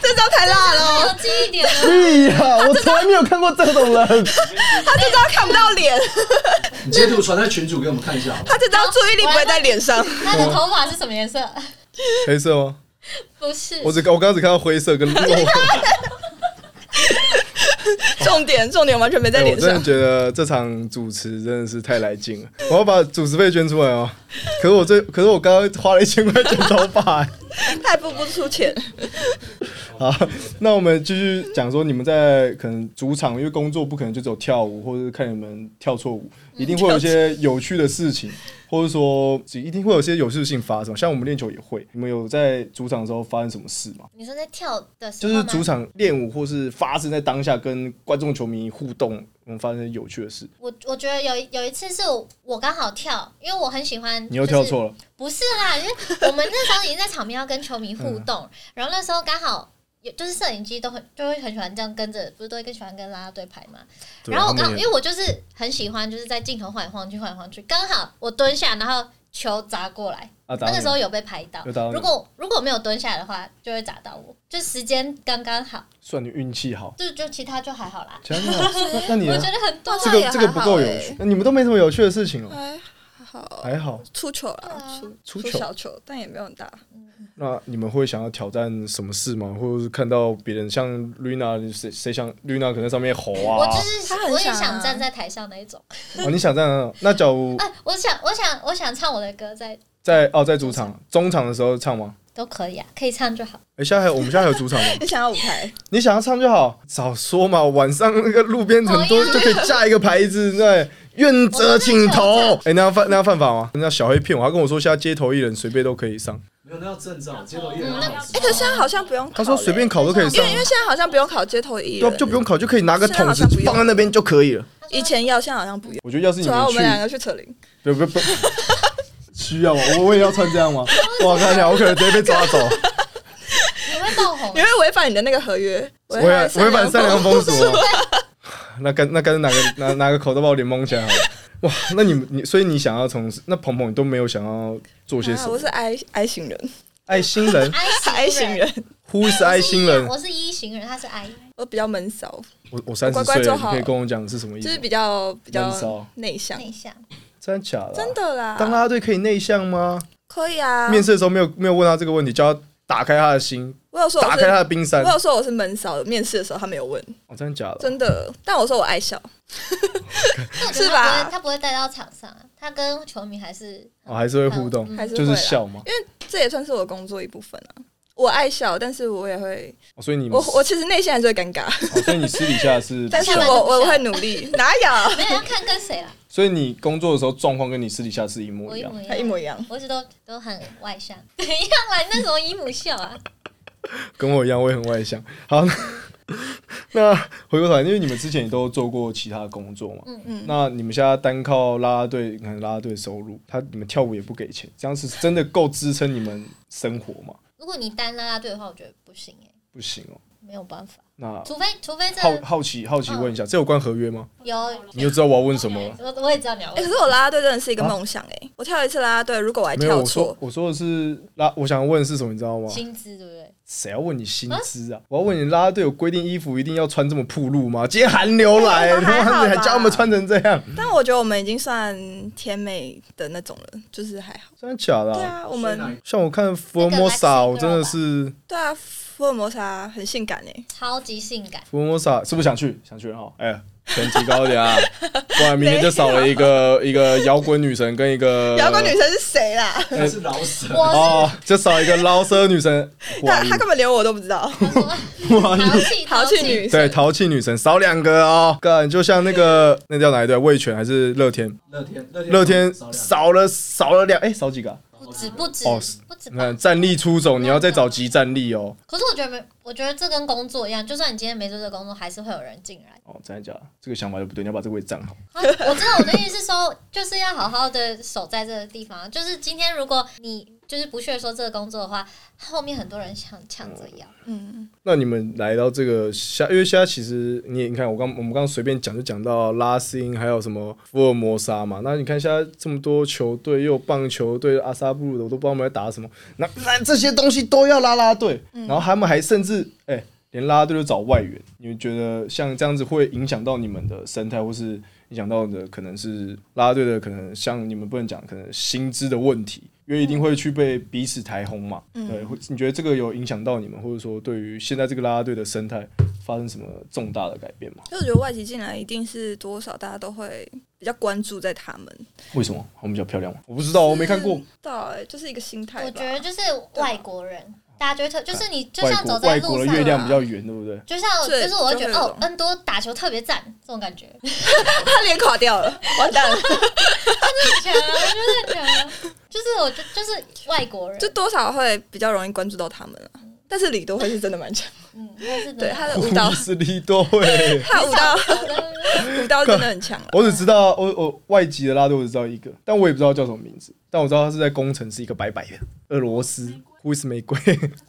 [SPEAKER 1] 这招太辣了哦，
[SPEAKER 3] 有记忆点了，
[SPEAKER 2] 屁呀、我从来没有看过这种 人。
[SPEAKER 1] 他这招看不到脸，
[SPEAKER 4] 你截图传在群主给我们看一下好不好
[SPEAKER 1] 他这招注意力不会在脸上。
[SPEAKER 3] 他的头发是什么颜色？
[SPEAKER 2] 黑色吗？
[SPEAKER 3] 不是，
[SPEAKER 2] 我只我刚刚只看到灰色 跟肉。
[SPEAKER 1] 重点重点完全没在
[SPEAKER 2] 哎我
[SPEAKER 1] 脸
[SPEAKER 2] 真的
[SPEAKER 1] 上。
[SPEAKER 2] 觉得这场主持真的是太来劲了， 我要把主持费捐出来哦。可是我这，可是我刚刚花了一千块剪头发、哎
[SPEAKER 1] 太不不出钱，
[SPEAKER 2] 好，那我们继续讲说，你们在可能主场，因为工作不可能就只有跳舞，或者是看你们跳错舞，
[SPEAKER 3] 嗯
[SPEAKER 2] 一定会有一些有趣的事情，或者说一定会有些有趣的事情发生。像我们练球也会，你们有在主场的时候发生什么事吗？
[SPEAKER 3] 你说在跳的时
[SPEAKER 2] 就
[SPEAKER 3] 候
[SPEAKER 2] 是
[SPEAKER 3] 吗
[SPEAKER 2] 主场练舞，或是发生在当下跟观众、球迷互动，我们发生有趣的事。
[SPEAKER 3] 我我觉得有一有一次是我我刚好跳，因为我很喜欢、就是，
[SPEAKER 2] 你又跳错了，嗯
[SPEAKER 3] 不是啦，因为我们那时候已经在场边要跟球迷互动，然后那时候刚好也就是摄影机都很就会很喜欢这样跟着，不是都会更喜欢跟啦啦队拍嘛。
[SPEAKER 2] 对
[SPEAKER 3] 然后我
[SPEAKER 2] 他
[SPEAKER 3] 刚
[SPEAKER 2] 们
[SPEAKER 3] 好因
[SPEAKER 2] 也
[SPEAKER 3] 为我就是很喜欢，就是在镜头晃来晃去，晃来晃去，刚好我蹲下，然后球砸过来，
[SPEAKER 2] 啊，打
[SPEAKER 3] 那个
[SPEAKER 2] 你
[SPEAKER 3] 时候有被拍到
[SPEAKER 2] 有打到。你
[SPEAKER 3] 如果如果没有蹲下的话，就会砸到我，就时间刚刚好，
[SPEAKER 2] 算你运气 好，
[SPEAKER 3] 就就其他就还好啦。
[SPEAKER 2] 其他没有那那你
[SPEAKER 3] 我
[SPEAKER 2] 呢
[SPEAKER 3] 觉得很啊多
[SPEAKER 1] 哇
[SPEAKER 2] 这
[SPEAKER 1] 这
[SPEAKER 2] 个
[SPEAKER 1] 也
[SPEAKER 2] 这个
[SPEAKER 1] 还
[SPEAKER 2] 不
[SPEAKER 1] 好
[SPEAKER 2] 够
[SPEAKER 1] 欸
[SPEAKER 2] 有趣，你们都没什么有趣的事情哦，
[SPEAKER 1] 还哎好，
[SPEAKER 2] 还好。
[SPEAKER 1] 出糗
[SPEAKER 3] 对啊
[SPEAKER 1] 啦，出
[SPEAKER 2] 哎出糗
[SPEAKER 1] 小球，但也没有很大。
[SPEAKER 2] 那你们会想要挑战什么事吗？或者是看到别人像 Luna 谁谁想 Luna 可能在上面吼
[SPEAKER 3] 我
[SPEAKER 2] 啊
[SPEAKER 3] 就？是
[SPEAKER 1] 他很
[SPEAKER 3] 我也
[SPEAKER 1] 想啊
[SPEAKER 3] 想站在台上那一种。
[SPEAKER 2] 哦，你想这样？那假如
[SPEAKER 3] 哎，我想我想我想唱我的歌，在
[SPEAKER 2] 在哦在主场中场的时候唱吗？
[SPEAKER 3] 都可以啊，可以唱就好。
[SPEAKER 2] 哎，现在还有我们现在还有主场吗？
[SPEAKER 1] 你想要舞台？
[SPEAKER 2] 你想要唱就好，早说嘛！晚上那个路边很多
[SPEAKER 3] 讨厌
[SPEAKER 2] 就可以架一个牌子，对，愿者请投。哎、那要犯那要犯法吗？人家小黑骗我，他跟我说现在街头艺人随便都可以上，
[SPEAKER 4] 没有，那要证照，街头艺人
[SPEAKER 3] 嗯那
[SPEAKER 4] 要考试
[SPEAKER 1] 哎，可是现在好像不用考
[SPEAKER 2] 哦他
[SPEAKER 1] 嘞。
[SPEAKER 2] 说随便考都可以
[SPEAKER 1] 因
[SPEAKER 2] 上
[SPEAKER 1] 为，因为现在好像不用考街头艺
[SPEAKER 2] 对啊，
[SPEAKER 1] 人，
[SPEAKER 2] 就不用考就可以拿个
[SPEAKER 1] 现在
[SPEAKER 2] 桶
[SPEAKER 1] 好
[SPEAKER 2] 子
[SPEAKER 1] 像不用
[SPEAKER 2] 放在那边就可以了。
[SPEAKER 1] 以前要，现在好像不用。
[SPEAKER 2] 我觉得要是你
[SPEAKER 1] 主要我们两
[SPEAKER 2] 去，
[SPEAKER 1] 个去扯铃，
[SPEAKER 2] 不不不，需要吗？我我也要穿这样吗？ 哇，看起来我可能直接被抓走，
[SPEAKER 3] 你会爆红
[SPEAKER 1] 你会违反你的那个合约，
[SPEAKER 2] 我也
[SPEAKER 1] 违
[SPEAKER 2] 违反
[SPEAKER 1] 善
[SPEAKER 2] 善
[SPEAKER 1] 良
[SPEAKER 2] 良风俗 哦。 那干那干脆拿个拿拿个口罩把我脸蒙起来好了。哇，那你们你所以你想要从事那鹏鹏你都没有想要做些什
[SPEAKER 1] 啊
[SPEAKER 2] 么？
[SPEAKER 1] 我是 I I 型人
[SPEAKER 2] 爱 心人
[SPEAKER 1] ，I 型人，
[SPEAKER 2] ，Who is
[SPEAKER 3] 我
[SPEAKER 2] 爱
[SPEAKER 3] 是
[SPEAKER 2] 心
[SPEAKER 3] E
[SPEAKER 2] 人
[SPEAKER 3] 啊？我是一型人，他是 I。
[SPEAKER 1] 我比较闷骚，
[SPEAKER 2] 我我三十
[SPEAKER 1] 乖
[SPEAKER 2] 岁
[SPEAKER 1] 乖
[SPEAKER 2] 了，
[SPEAKER 1] 做
[SPEAKER 2] 你
[SPEAKER 1] 好
[SPEAKER 2] 可以跟我讲是什么意
[SPEAKER 1] 就是
[SPEAKER 2] 思？
[SPEAKER 1] 比较比
[SPEAKER 2] 闷骚
[SPEAKER 1] 较内向，
[SPEAKER 3] 内向，
[SPEAKER 2] 真的假的啊？
[SPEAKER 1] 真的啦，
[SPEAKER 2] 当啦啦队可以内向吗？
[SPEAKER 1] 可以啊。
[SPEAKER 2] 面试的时候没有没有问他这个问题，叫他打开他的心，
[SPEAKER 1] 我有说
[SPEAKER 2] 打
[SPEAKER 1] 我
[SPEAKER 2] 开他
[SPEAKER 1] 是，
[SPEAKER 2] 的冰山
[SPEAKER 1] 我。有说我是闷骚的，面试的时候他没有问，
[SPEAKER 2] 哦，真的假的啊？
[SPEAKER 1] 真的，但我说我爱笑，
[SPEAKER 3] 但我觉
[SPEAKER 1] 是
[SPEAKER 3] 得他不
[SPEAKER 1] 吧
[SPEAKER 3] 会，他不会带到场上啊，他跟球迷还是嗯
[SPEAKER 2] 哦，还是会互动，
[SPEAKER 1] 嗯还是
[SPEAKER 2] 就
[SPEAKER 1] 会啊
[SPEAKER 2] 是
[SPEAKER 1] 啦
[SPEAKER 2] 笑嘛。
[SPEAKER 1] 这也算是我工作一部分啊。我爱笑，但是我也会，
[SPEAKER 2] 哦所以你们
[SPEAKER 1] 我我其实内心还是会尴尬，
[SPEAKER 2] 哦所以你私底下是 不
[SPEAKER 1] 但是
[SPEAKER 2] 笑
[SPEAKER 1] 我我会努 力，哪有？
[SPEAKER 3] 没有要看跟谁啦，
[SPEAKER 2] 所以你工作的时候状况跟你私底下是一模
[SPEAKER 3] 我
[SPEAKER 2] 一
[SPEAKER 3] 一
[SPEAKER 2] 样
[SPEAKER 3] 模。一
[SPEAKER 1] 他
[SPEAKER 3] 样，
[SPEAKER 1] 一模一样，
[SPEAKER 3] 我一直都都很外向， 怎样啦？你那什么姨母笑啊？
[SPEAKER 2] 跟我一样，我也很外向。好，那 那回过头来，因为你们之前也都做过其他的工作嘛，
[SPEAKER 3] 嗯
[SPEAKER 1] 嗯
[SPEAKER 2] 那你们现在单靠啦啦队，你看啦啦队收入，他你们跳舞也不给钱，这样是真的够支撑你们生活吗？
[SPEAKER 3] 如果你单拉拉队的话，我觉得不行哎、
[SPEAKER 2] 不行哦。
[SPEAKER 3] 没有办法，
[SPEAKER 2] 那
[SPEAKER 3] 除非除非这
[SPEAKER 2] 好好奇好奇问一下，这有关合约吗？
[SPEAKER 3] 有，
[SPEAKER 2] 你又知道我要 问什么了？
[SPEAKER 3] 我我也知道你要
[SPEAKER 1] 哎、
[SPEAKER 3] 问
[SPEAKER 1] 可是我啦啦队真的是一个梦想哎、我跳一次啦啦队，如果我还
[SPEAKER 2] 没有，
[SPEAKER 1] 跳
[SPEAKER 2] 我说
[SPEAKER 1] 错，
[SPEAKER 2] 我说的是啦，我想问的是什么，你知道吗？
[SPEAKER 3] 薪资对不对？
[SPEAKER 2] 谁要问你薪资啊？我要问你，啦啦队有规定衣服一定要穿这么暴露吗？今天寒流来，
[SPEAKER 1] 我们 还
[SPEAKER 2] 他
[SPEAKER 1] 好
[SPEAKER 2] 妈
[SPEAKER 1] 吧
[SPEAKER 2] 你还叫他们穿成这样，
[SPEAKER 1] 但我觉得我们已经算甜美的那种了，就是还好。
[SPEAKER 2] 真的假的
[SPEAKER 1] 对
[SPEAKER 2] 啊？
[SPEAKER 1] 啊，我
[SPEAKER 4] 所以哪
[SPEAKER 1] 们
[SPEAKER 4] 一
[SPEAKER 2] 像我看福尔
[SPEAKER 3] 那个
[SPEAKER 2] 摩沙，
[SPEAKER 3] Lexi
[SPEAKER 2] 我真的
[SPEAKER 3] Girl 吧
[SPEAKER 2] 是
[SPEAKER 1] 对啊，福尔摩沙很性感哎、
[SPEAKER 3] 超级性感，
[SPEAKER 2] 福尔摩沙，是不是想去？想去哈？哎、全提高 一点啊，不然明天就少了一个一个摇滚女神跟一 个
[SPEAKER 1] 摇滚女神是谁啦？
[SPEAKER 4] 那哎是老沈，
[SPEAKER 3] 我
[SPEAKER 2] 哦，就少一个捞舌女神，哇
[SPEAKER 1] 她她根本连我都不知 道。
[SPEAKER 3] 他说
[SPEAKER 2] 哇
[SPEAKER 3] 淘 气
[SPEAKER 1] 淘气女神，
[SPEAKER 2] 对，淘气女神少两个哦，干就像那 个那叫哪一队？魏权还是乐天？
[SPEAKER 4] 乐天，乐天，
[SPEAKER 2] 乐天
[SPEAKER 4] 少两个
[SPEAKER 2] 少了少了两，哎、少几个、啊？
[SPEAKER 3] 不止不止
[SPEAKER 2] 哦
[SPEAKER 3] 不止
[SPEAKER 2] 你
[SPEAKER 3] 吧
[SPEAKER 2] 看？战力出走，你要再找集战力哦。
[SPEAKER 3] 可是我觉得没，我觉得这跟工作一样，就算你今天没做这个工作，还是会有人进来。
[SPEAKER 2] 哦，真的假的？这个想法就不对，你要把这个位置站好。
[SPEAKER 3] 啊我知道我的意思是说，就是要好好的守在这个地方。啊就是今天如果你就是不屑说这个工作的话，后面很多人想抢着要。
[SPEAKER 1] 嗯，
[SPEAKER 2] 那你们来到这个虾，因为虾其实你也你看，我刚我们刚刚随便讲就讲到拉辛，还有什么福尔摩沙嘛。那你看现在这么多球队，又有棒球队、阿萨布鲁的，我都不知道他们在打什么。那那这些东西都要拉拉队，然后他们还甚至哎、连拉拉队都找外援。你们觉得像这样子会影响到你们的生态，或是影响到的可能是拉拉队的可能像你们不能讲可能薪资的问题，因为一定会去被彼此抬红嘛。
[SPEAKER 3] 嗯
[SPEAKER 2] 对，会你觉得这个有影响到你们，或者说对于现在这个拉拉队的生态发生什么重大的改变吗？
[SPEAKER 1] 就我觉得外籍进来一定是多少大家都会比较关注在他们。
[SPEAKER 2] 为什么我们比较漂亮吗？我不知道，哦我没看过
[SPEAKER 3] 嗯
[SPEAKER 1] 不。知道哎、就是一个心态吧。
[SPEAKER 3] 我觉得就是外国人，大家就会特，就是你就
[SPEAKER 2] 外
[SPEAKER 3] 像
[SPEAKER 2] 国
[SPEAKER 3] 走在
[SPEAKER 2] 外国
[SPEAKER 3] 路
[SPEAKER 2] 的
[SPEAKER 3] 上
[SPEAKER 2] 月
[SPEAKER 3] 啊，
[SPEAKER 2] 亮比较圆，对 不对？
[SPEAKER 3] 就像
[SPEAKER 1] 对
[SPEAKER 3] 就是我会觉
[SPEAKER 1] 就会
[SPEAKER 3] 得
[SPEAKER 1] 有
[SPEAKER 3] 哦，恩多打球特别赞这种感觉，
[SPEAKER 1] 他脸垮掉了，完蛋了，
[SPEAKER 3] 很强啊，我觉得很强啊。 就是我就就是外国人，
[SPEAKER 1] 就多少会比较容易关注到他们了。但是李多惠是真的蛮强，
[SPEAKER 3] 嗯，那是
[SPEAKER 1] 对
[SPEAKER 3] 的。
[SPEAKER 1] 他的舞 蹈，
[SPEAKER 2] 斯利多会。
[SPEAKER 1] 他舞 蹈
[SPEAKER 3] 好的
[SPEAKER 1] 舞蹈真的很强啊。
[SPEAKER 2] 我只知道我我外籍的拉队我只知道一个，但我也不知道叫什么名字。但我知道他是在工程是一个白白的俄罗斯，Who is 玫瑰？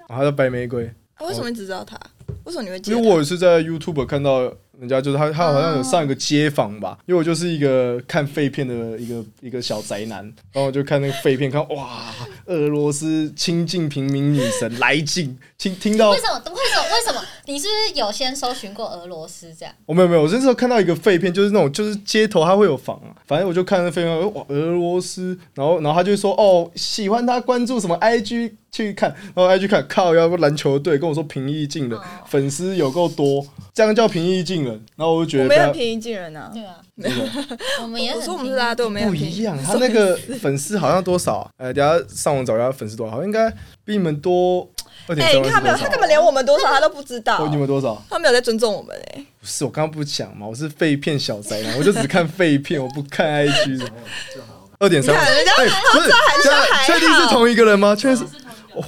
[SPEAKER 2] 啊，他叫白玫瑰。
[SPEAKER 1] 啊为什么你只知道他？为什么你会记
[SPEAKER 2] 因
[SPEAKER 1] 得他？嗯
[SPEAKER 2] 为我也是在 YouTube 看到人家就是他，他好像有上一个街访吧，因为我就是一个看废片的一个一个小宅男，然后我就看那个废片，看哇，俄罗斯亲近平民女神来劲，听听到
[SPEAKER 3] 为什么？为什么？为什么？你是不是有先搜寻过俄罗斯这样？
[SPEAKER 2] 我哦没有没有，我那时候看到一个废片，就是那种就是街头他会有仿啊，反正我就看那废片，哇，俄罗斯，然后然后他就说哦，喜欢他关注什么 IG 去看，然后 IG 看靠，要不篮球队跟我说平易近
[SPEAKER 1] 哦
[SPEAKER 2] 人，粉丝有够多，这样叫平易近人，然后我就觉
[SPEAKER 1] 我
[SPEAKER 2] 得
[SPEAKER 1] 没
[SPEAKER 2] 被
[SPEAKER 1] 有
[SPEAKER 2] 他
[SPEAKER 1] 很平易近人啊。
[SPEAKER 3] 对啊，
[SPEAKER 2] 真的
[SPEAKER 3] 我们也
[SPEAKER 1] 我
[SPEAKER 3] 很
[SPEAKER 1] 说我们
[SPEAKER 3] 拼啊
[SPEAKER 1] 是啦，对，我们也
[SPEAKER 2] 不
[SPEAKER 1] 很平
[SPEAKER 2] 一
[SPEAKER 1] 易
[SPEAKER 2] 样， 他那个粉丝好像多少、啊？ 呃，等一下上网找一下粉丝多少，好像应该比你们多二点
[SPEAKER 1] 哎、
[SPEAKER 2] 三
[SPEAKER 1] 你
[SPEAKER 2] 万
[SPEAKER 1] 看他
[SPEAKER 2] 是
[SPEAKER 1] 没有，
[SPEAKER 2] 多
[SPEAKER 1] 他
[SPEAKER 2] 少
[SPEAKER 1] 根？本连我们多少他都不知道
[SPEAKER 2] 哦，你们多少？
[SPEAKER 1] 他没有在尊重我们哎、
[SPEAKER 2] 不是，我刚刚不是讲嘛，我是废片小宅男，我就只看废片，我不看 IG 的。二点
[SPEAKER 1] 你
[SPEAKER 2] 三万，
[SPEAKER 1] 看人家
[SPEAKER 2] 哎，不是，
[SPEAKER 1] 说还好
[SPEAKER 2] 确定是同一个人吗？确定是，哦，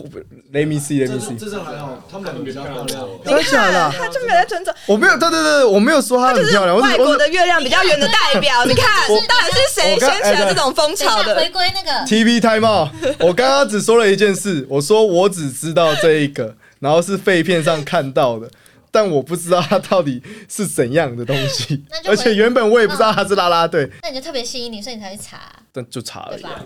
[SPEAKER 2] 雷米 C，雷
[SPEAKER 4] 这
[SPEAKER 2] 米
[SPEAKER 4] 这
[SPEAKER 2] C，
[SPEAKER 4] 这还好，他们两个比较漂亮。
[SPEAKER 2] 真的假的啊？
[SPEAKER 1] 他就没有在尊重，
[SPEAKER 2] 我没有，对对对，我没有说她很
[SPEAKER 1] 就是
[SPEAKER 2] 漂亮，我
[SPEAKER 1] 外
[SPEAKER 2] 只我
[SPEAKER 1] 国
[SPEAKER 2] 只
[SPEAKER 1] 的月亮比较圆的代表。你看
[SPEAKER 2] 我，
[SPEAKER 1] 到底是谁
[SPEAKER 2] 我刚哎
[SPEAKER 1] 掀起了这种风
[SPEAKER 3] 等一
[SPEAKER 1] 潮
[SPEAKER 3] 下
[SPEAKER 1] 的
[SPEAKER 3] 回？归那个
[SPEAKER 2] TV time out，我刚刚只说了一件事，我说我只知道这一个，然后是废片上看到的，但我不知道它到底是怎样的东西
[SPEAKER 3] 那，就回
[SPEAKER 2] 而且原本我也不知道它是啦啦队，
[SPEAKER 3] 那你就特别吸引你，所以你才去查，
[SPEAKER 2] 但就查了
[SPEAKER 3] 对。吧？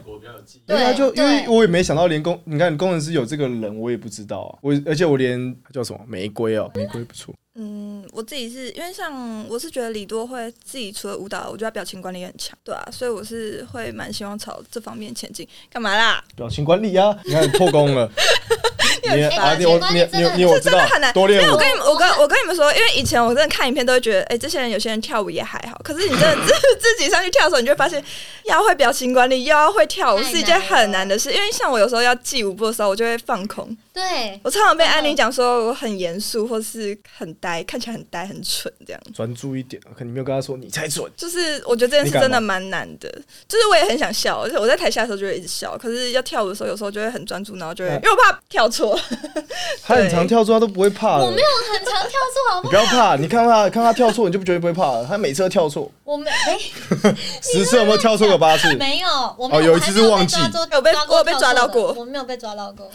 [SPEAKER 2] 因为他啊就因为
[SPEAKER 3] 对，
[SPEAKER 2] 我也没想到，连工你看工程师有这个人，我也不知道啊。我而且我连叫什么玫瑰哦，玫瑰不错，
[SPEAKER 1] 嗯，我自己是因为像我是觉得李多会自己除了舞蹈，我觉得他表情管理也很强，对啊，所以我是会蛮希望朝这方面前进。干嘛啦？
[SPEAKER 2] 表情管理啊，你看破功 了。你
[SPEAKER 1] 很
[SPEAKER 2] 啊，
[SPEAKER 1] 烦
[SPEAKER 2] 你我
[SPEAKER 3] 哎表情管
[SPEAKER 2] 你
[SPEAKER 3] 理真
[SPEAKER 2] 你
[SPEAKER 3] 的
[SPEAKER 2] 你我哦知
[SPEAKER 1] 真的
[SPEAKER 2] 道
[SPEAKER 1] 很难，
[SPEAKER 2] 多练
[SPEAKER 1] 因为
[SPEAKER 2] 舞
[SPEAKER 1] 我。跟你们，我跟我跟你们说，因为以前我真的看影片都会觉得，哎、这些人有些人跳舞也还好，可是你真的 自自己上去跳的时候，你就会发现，要会表情管理，又要会跳舞，
[SPEAKER 3] 太
[SPEAKER 1] 是一件
[SPEAKER 3] 难
[SPEAKER 1] 很
[SPEAKER 3] 了
[SPEAKER 1] 难的事。因为像我有时候要记舞步的时候，我就会放空，
[SPEAKER 3] 对，
[SPEAKER 1] 我常常被安
[SPEAKER 3] 嗯
[SPEAKER 1] 妮讲说我很严肃，或是很呆，看起来很呆很蠢这样。
[SPEAKER 2] 专注一点，可你没有跟他说你才准。
[SPEAKER 1] 就是我觉得这件
[SPEAKER 2] 你
[SPEAKER 1] 事
[SPEAKER 2] 敢
[SPEAKER 1] 真的
[SPEAKER 2] 吗
[SPEAKER 1] 蛮难的，就是我也很想笑，而且我在台下的时候就会一直笑，可是要跳舞的时候，有时候就会很专注，然后就会因
[SPEAKER 2] 嗯
[SPEAKER 1] 为我怕跳 错，
[SPEAKER 2] 他很常跳出，他都不会怕的。
[SPEAKER 3] 我没有很常跳错，好不
[SPEAKER 2] 你
[SPEAKER 3] 好？
[SPEAKER 2] 不要怕，你看他看他跳错，你就不觉得不会怕了。他每次都跳错，
[SPEAKER 3] 我没哎
[SPEAKER 2] 十次有没有跳错个八次？
[SPEAKER 3] 没有，我没
[SPEAKER 2] 哦有一次是忘记
[SPEAKER 3] 我还没有被抓住
[SPEAKER 1] 有被我有
[SPEAKER 3] 抓过
[SPEAKER 1] 被抓到过
[SPEAKER 3] 跳错的我没有被抓 到过，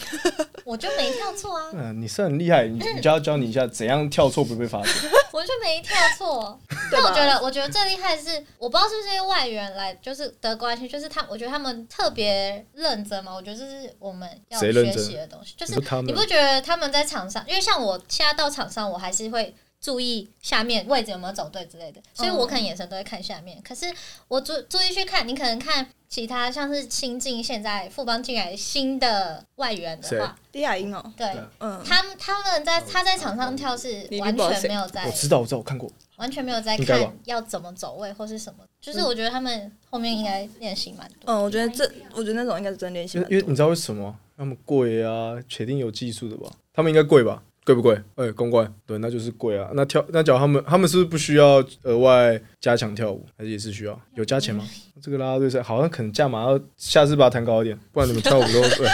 [SPEAKER 3] 我就没跳错啊，
[SPEAKER 2] 嗯，你是很厉害，你你就要教你一下怎样跳错不会被发现。
[SPEAKER 3] 我就没跳错。
[SPEAKER 1] 对
[SPEAKER 3] 但我
[SPEAKER 1] 吧
[SPEAKER 3] 觉得，我觉得最厉害的是，我不知道是不是因为外援来，就是德国关系，就是他，我觉得他们特别认真嘛。我觉得这是我们要
[SPEAKER 2] 谁认
[SPEAKER 3] 学
[SPEAKER 2] 真
[SPEAKER 3] 习的东西， 就是
[SPEAKER 2] 你说他们
[SPEAKER 3] 你不觉得他们在场上，因为像我现在到场上，我还是会注意下面位置有没有走对之类的，所以我可能眼神都会看下面。可是我注注意去看，你可能看其他像是新进现在富邦进来新的外援
[SPEAKER 2] 谁
[SPEAKER 3] 的话，
[SPEAKER 1] 李雅英哦，
[SPEAKER 3] 对
[SPEAKER 4] 对
[SPEAKER 1] 嗯，
[SPEAKER 3] 他们他们在他在场上跳是
[SPEAKER 1] 你已经
[SPEAKER 3] 完
[SPEAKER 1] 不知道
[SPEAKER 3] 全
[SPEAKER 1] 谁
[SPEAKER 3] 没有在
[SPEAKER 2] 我知道，我知道，我看过。
[SPEAKER 3] 完全没有在
[SPEAKER 2] 应该
[SPEAKER 3] 看
[SPEAKER 2] 吧嗯
[SPEAKER 3] 要怎么走位或是什么，就是我觉得他们后面应该练习蛮多。
[SPEAKER 1] 嗯，我觉得这，我觉得那种应该是真练习
[SPEAKER 2] 因为
[SPEAKER 1] 蛮
[SPEAKER 2] 因
[SPEAKER 1] 多
[SPEAKER 2] 为你知道为什么吗他们贵啊？铁定有技术的吧？他们应该贵吧？贵不贵？哎、公关对，那就是贵啊。那跳那脚他们他们是不是不需要额外加强跳舞，还是也是需要？有加钱吗？
[SPEAKER 1] 嗯
[SPEAKER 2] 这个啦啦队赛好像可能价码要下次把它弹高一点，不然你们跳舞 都对。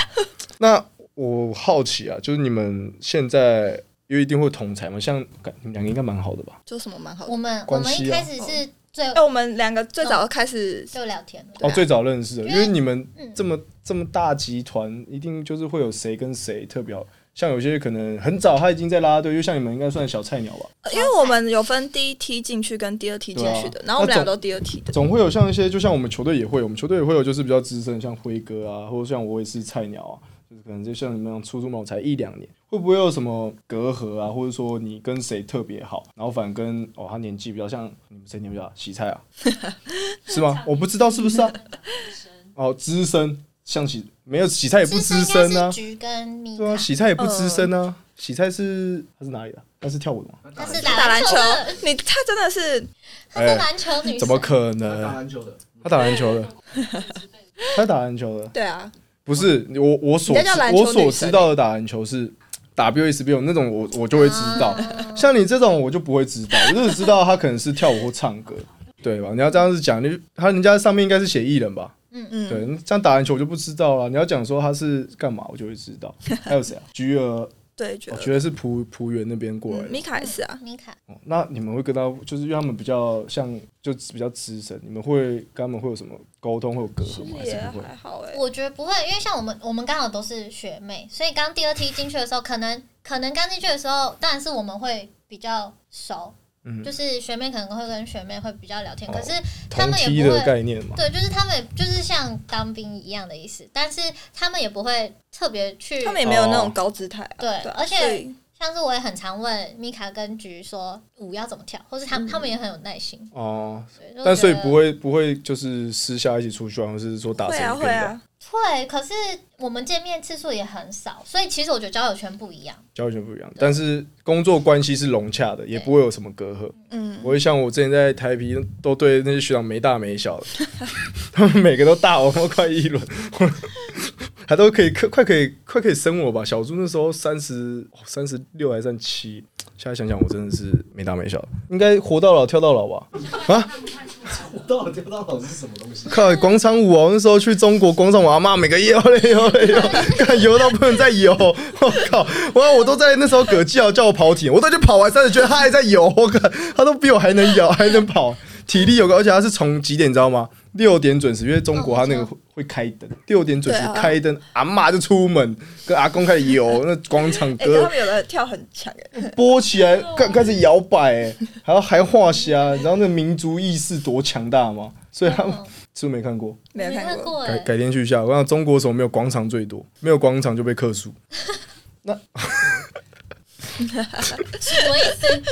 [SPEAKER 2] 那我好奇啊，就是你们现在因为一定会同台嘛，像感你们两个应该蛮好的吧？
[SPEAKER 1] 就什么蛮好的
[SPEAKER 3] 我。嗯们我
[SPEAKER 2] 关系啊
[SPEAKER 3] 们一开始是最
[SPEAKER 1] 哎，我们两个最早开始，
[SPEAKER 3] 就聊天的，
[SPEAKER 1] 对啊
[SPEAKER 2] 哦，最早认识的，
[SPEAKER 3] 因
[SPEAKER 2] 因
[SPEAKER 3] 为
[SPEAKER 2] 为你们
[SPEAKER 3] 嗯
[SPEAKER 2] 这么这么大集团，一定就是会有谁跟谁特别好。像有些可能很早他已经在啦啦队，就像你们应该算小菜鸟吧，
[SPEAKER 1] 因为我们有分第一梯进去跟第二梯进去的
[SPEAKER 2] 对啊，
[SPEAKER 1] 然后我们
[SPEAKER 2] 那
[SPEAKER 1] 两个
[SPEAKER 2] 总
[SPEAKER 1] 都第二梯的。
[SPEAKER 2] 总会有像一些，就像我们球队也会，我们球队也会有就是比较资深，像辉哥啊，或者像我也是菜鸟啊，就是可能就像你们那样初出茅才一两年，会不会有什么隔阂啊，或者说你跟谁特别好，然后反而跟哦他年纪比较像你们谁年纪比较大洗菜啊，是吗？我不知道是不是啊？哦，资深像洗没有洗菜也不资深
[SPEAKER 3] 深应该
[SPEAKER 2] 啊
[SPEAKER 3] 是，菊跟米
[SPEAKER 2] 对啊，
[SPEAKER 3] 卡，
[SPEAKER 2] 洗菜也不资深啊，洗菜是他是哪里的？他是跳舞的吗？
[SPEAKER 3] 她是
[SPEAKER 1] 打篮球
[SPEAKER 3] 的，，
[SPEAKER 1] 你他真的是
[SPEAKER 3] 她是篮球女神，
[SPEAKER 2] 哎怎么可
[SPEAKER 4] 打
[SPEAKER 2] 能？
[SPEAKER 4] 篮球的，
[SPEAKER 2] 他打篮球的，他 打篮球的。
[SPEAKER 1] 对啊，
[SPEAKER 2] 不是我我所
[SPEAKER 1] 人家叫篮球
[SPEAKER 2] 我所
[SPEAKER 1] 女神
[SPEAKER 2] 知道的打篮球是 WSBO 那种我我就会知道，
[SPEAKER 3] 啊
[SPEAKER 2] 像你这种我就不会知道，我就只知道他可能是跳舞或唱歌，对吧？你要这样子讲，你他人家上面应该是写艺人吧？
[SPEAKER 1] 嗯，
[SPEAKER 2] 对，这样打篮球我就不知道了。你要讲说他是干嘛，我就会知道。还有谁啊？菊儿
[SPEAKER 1] 对决
[SPEAKER 2] 我。觉得是浦浦原那边过
[SPEAKER 1] 嗯
[SPEAKER 2] 来的。
[SPEAKER 1] 米卡也是啊，
[SPEAKER 3] 妮卡，
[SPEAKER 2] 哦那你们会跟他，就是因为他们比较像，就比较资深，你们会跟他们会有什么沟通，会有隔阂
[SPEAKER 1] 其
[SPEAKER 2] 吗？
[SPEAKER 1] 实
[SPEAKER 2] 还
[SPEAKER 1] 也
[SPEAKER 2] 是不会？
[SPEAKER 1] 还好哎、
[SPEAKER 3] 我觉得不会，因为像我们我们刚好都是学妹，所以刚第二梯进去的时候，可能可能刚进去的时候，当然是我们会比较熟，
[SPEAKER 2] 嗯
[SPEAKER 3] 就，是学妹可能会跟学妹会比较聊天，
[SPEAKER 2] 哦
[SPEAKER 3] 可是他
[SPEAKER 2] 同
[SPEAKER 3] 们
[SPEAKER 2] 梯
[SPEAKER 3] 也不
[SPEAKER 2] 的
[SPEAKER 3] 会。
[SPEAKER 2] 概念嘛。
[SPEAKER 3] 对，就是他们就是像当兵一样的意思，但是他们也不会特别去。
[SPEAKER 1] 他们也没有那
[SPEAKER 2] 哦
[SPEAKER 1] 种高姿态、啊
[SPEAKER 3] 对
[SPEAKER 1] 啊
[SPEAKER 3] 而且
[SPEAKER 1] 所以
[SPEAKER 3] 像是我也很常问米卡跟菊说舞要怎么跳，或是
[SPEAKER 1] 嗯
[SPEAKER 3] 他、他们也很有耐心。
[SPEAKER 2] 哦，
[SPEAKER 3] 对
[SPEAKER 2] 但所以不
[SPEAKER 3] 会
[SPEAKER 2] 会不会就是私下一起出去玩，或是说打
[SPEAKER 1] 会
[SPEAKER 2] 成
[SPEAKER 1] 啊
[SPEAKER 2] 一
[SPEAKER 1] 会
[SPEAKER 2] 片的。
[SPEAKER 1] 啊，
[SPEAKER 3] 会，可是我们见面次数也很少，所以其实我觉得交友圈不一样。
[SPEAKER 2] 交友圈不一样，但是工作关系是融洽的，也不会有什么隔阂。
[SPEAKER 1] 嗯，
[SPEAKER 2] 不会像我之前在台皮都对那些学长没大没小的， 他们每个都大我快一轮， 还都可以快快可以快可以升我吧。小猪那时候三十哦三十六还三七，现在想想我真的是没大没小的，应该活到老跳到老吧。
[SPEAKER 4] 我到底跳到老是什么东西？
[SPEAKER 2] 靠，广场舞哦，那时候去中国广场舞，阿妈每个游嘞游嘞游，看游到不能再游。我靠，我我都在那时候葛继豪叫我跑铁，我都去跑完三十圈，他还在游。我靠，他都比我还能游，还能跑，体力有个，而且他是从几点你知道吗？六点准时，因为中国他那个会会开灯，六点准时
[SPEAKER 1] 对啊
[SPEAKER 2] 开灯，阿妈就出门跟阿公开始游那广场
[SPEAKER 1] 哎、可他
[SPEAKER 2] 歌，
[SPEAKER 1] 们有的跳很强哎、
[SPEAKER 2] 拨起来开开始摇摆、欸，还要还画虾，你知道那民族意识多强大吗？所以他们
[SPEAKER 1] 哦
[SPEAKER 3] 嗯
[SPEAKER 2] 是不是没看过？
[SPEAKER 1] 没有
[SPEAKER 3] 没
[SPEAKER 1] 看
[SPEAKER 3] 看
[SPEAKER 1] 过。
[SPEAKER 3] 过
[SPEAKER 2] 啊改
[SPEAKER 3] 哎，
[SPEAKER 2] 改天去一下。我想中国什么没有广场最多，没有广场就被克数。
[SPEAKER 3] 什么意思？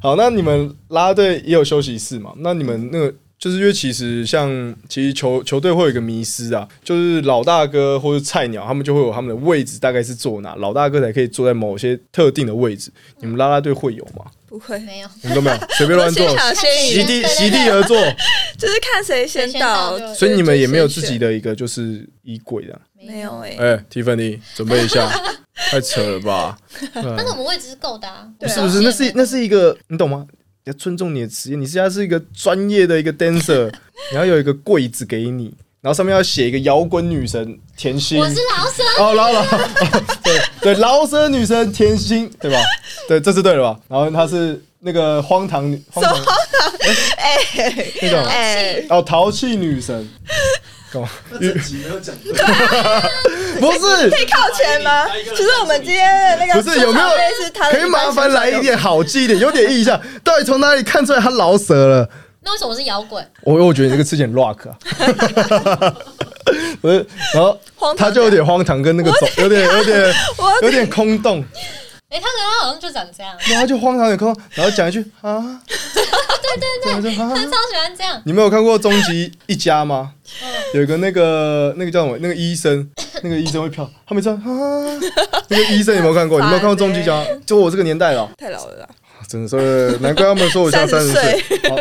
[SPEAKER 2] 好，那你们啦啦队也有休息室嘛？那你们那个就是因为其实像其实球球队会有一个迷失啊，就是老大哥或者菜鸟他们就会有他们的位置大概是坐哪，老大哥才可以坐在某些特定的位置。你们啦啦队会有吗？
[SPEAKER 1] 不会，
[SPEAKER 3] 没有，
[SPEAKER 2] 你们都没有，随便乱坐
[SPEAKER 1] 我，心想先
[SPEAKER 2] 席
[SPEAKER 1] 赢，
[SPEAKER 2] 地
[SPEAKER 3] 对对
[SPEAKER 2] 席地而坐，
[SPEAKER 1] 就是看谁先
[SPEAKER 3] 谁先
[SPEAKER 1] 到
[SPEAKER 3] 到就，
[SPEAKER 2] 所以你们也没有自
[SPEAKER 1] 就
[SPEAKER 2] 己
[SPEAKER 1] 先
[SPEAKER 2] 的一个就是衣柜的。
[SPEAKER 1] 选没有。哎、
[SPEAKER 2] 哎，Tiffany，准备一下，太扯了吧？嗯
[SPEAKER 3] 但是我们位置是够的啊，
[SPEAKER 1] 对啊
[SPEAKER 2] 是不是？那是那是一个，你懂吗？你要尊重你的职业，你现在是一个专业的一个 dancer，你要有一个柜子给你，然后上面要写一个摇滚女神甜心，
[SPEAKER 3] 我是老舍，
[SPEAKER 2] 哦，老 老，对对，饶舌女神甜心，对吧？对，这是对的吧？然后她是那个荒唐女，荒唐，哎，那种
[SPEAKER 1] 哎、
[SPEAKER 2] 哦，淘气女神，干嘛？
[SPEAKER 4] 那这集没有讲对，
[SPEAKER 2] 不是，
[SPEAKER 1] 可以靠前吗？就是我们今天的那个
[SPEAKER 2] 不是有没有
[SPEAKER 1] 出场费是他的
[SPEAKER 2] 可
[SPEAKER 1] 半
[SPEAKER 2] 以麻烦
[SPEAKER 1] 出场
[SPEAKER 2] 来一点好记一点，有点印象。到底从哪里看出来她饶舌了？
[SPEAKER 3] 那为什么是摇滚？
[SPEAKER 2] 我我觉得你这个吃起来很 rock 啊， 不是，然后
[SPEAKER 1] 荒唐
[SPEAKER 2] 他就有点荒唐，跟那个走有 点有点
[SPEAKER 1] 我要
[SPEAKER 2] 有点空洞，
[SPEAKER 3] 哎，他可能好像就长这样，
[SPEAKER 2] 然后他就荒唐有点空洞，然后讲一句啊，对对对，
[SPEAKER 3] 他超喜欢这样。
[SPEAKER 2] 啊你们有看过《终极一家》吗？有一个那个那个叫什么？那个医生，那个医生会跳，他们这样啊，那个医生有没有看过？你
[SPEAKER 1] 很
[SPEAKER 2] 没有看过
[SPEAKER 1] 烦
[SPEAKER 2] 《终极一家》 吗？就我这个年代了。
[SPEAKER 1] 太老了啦，
[SPEAKER 2] 真的是，难怪他们说我像 三
[SPEAKER 1] 30
[SPEAKER 2] 十岁。好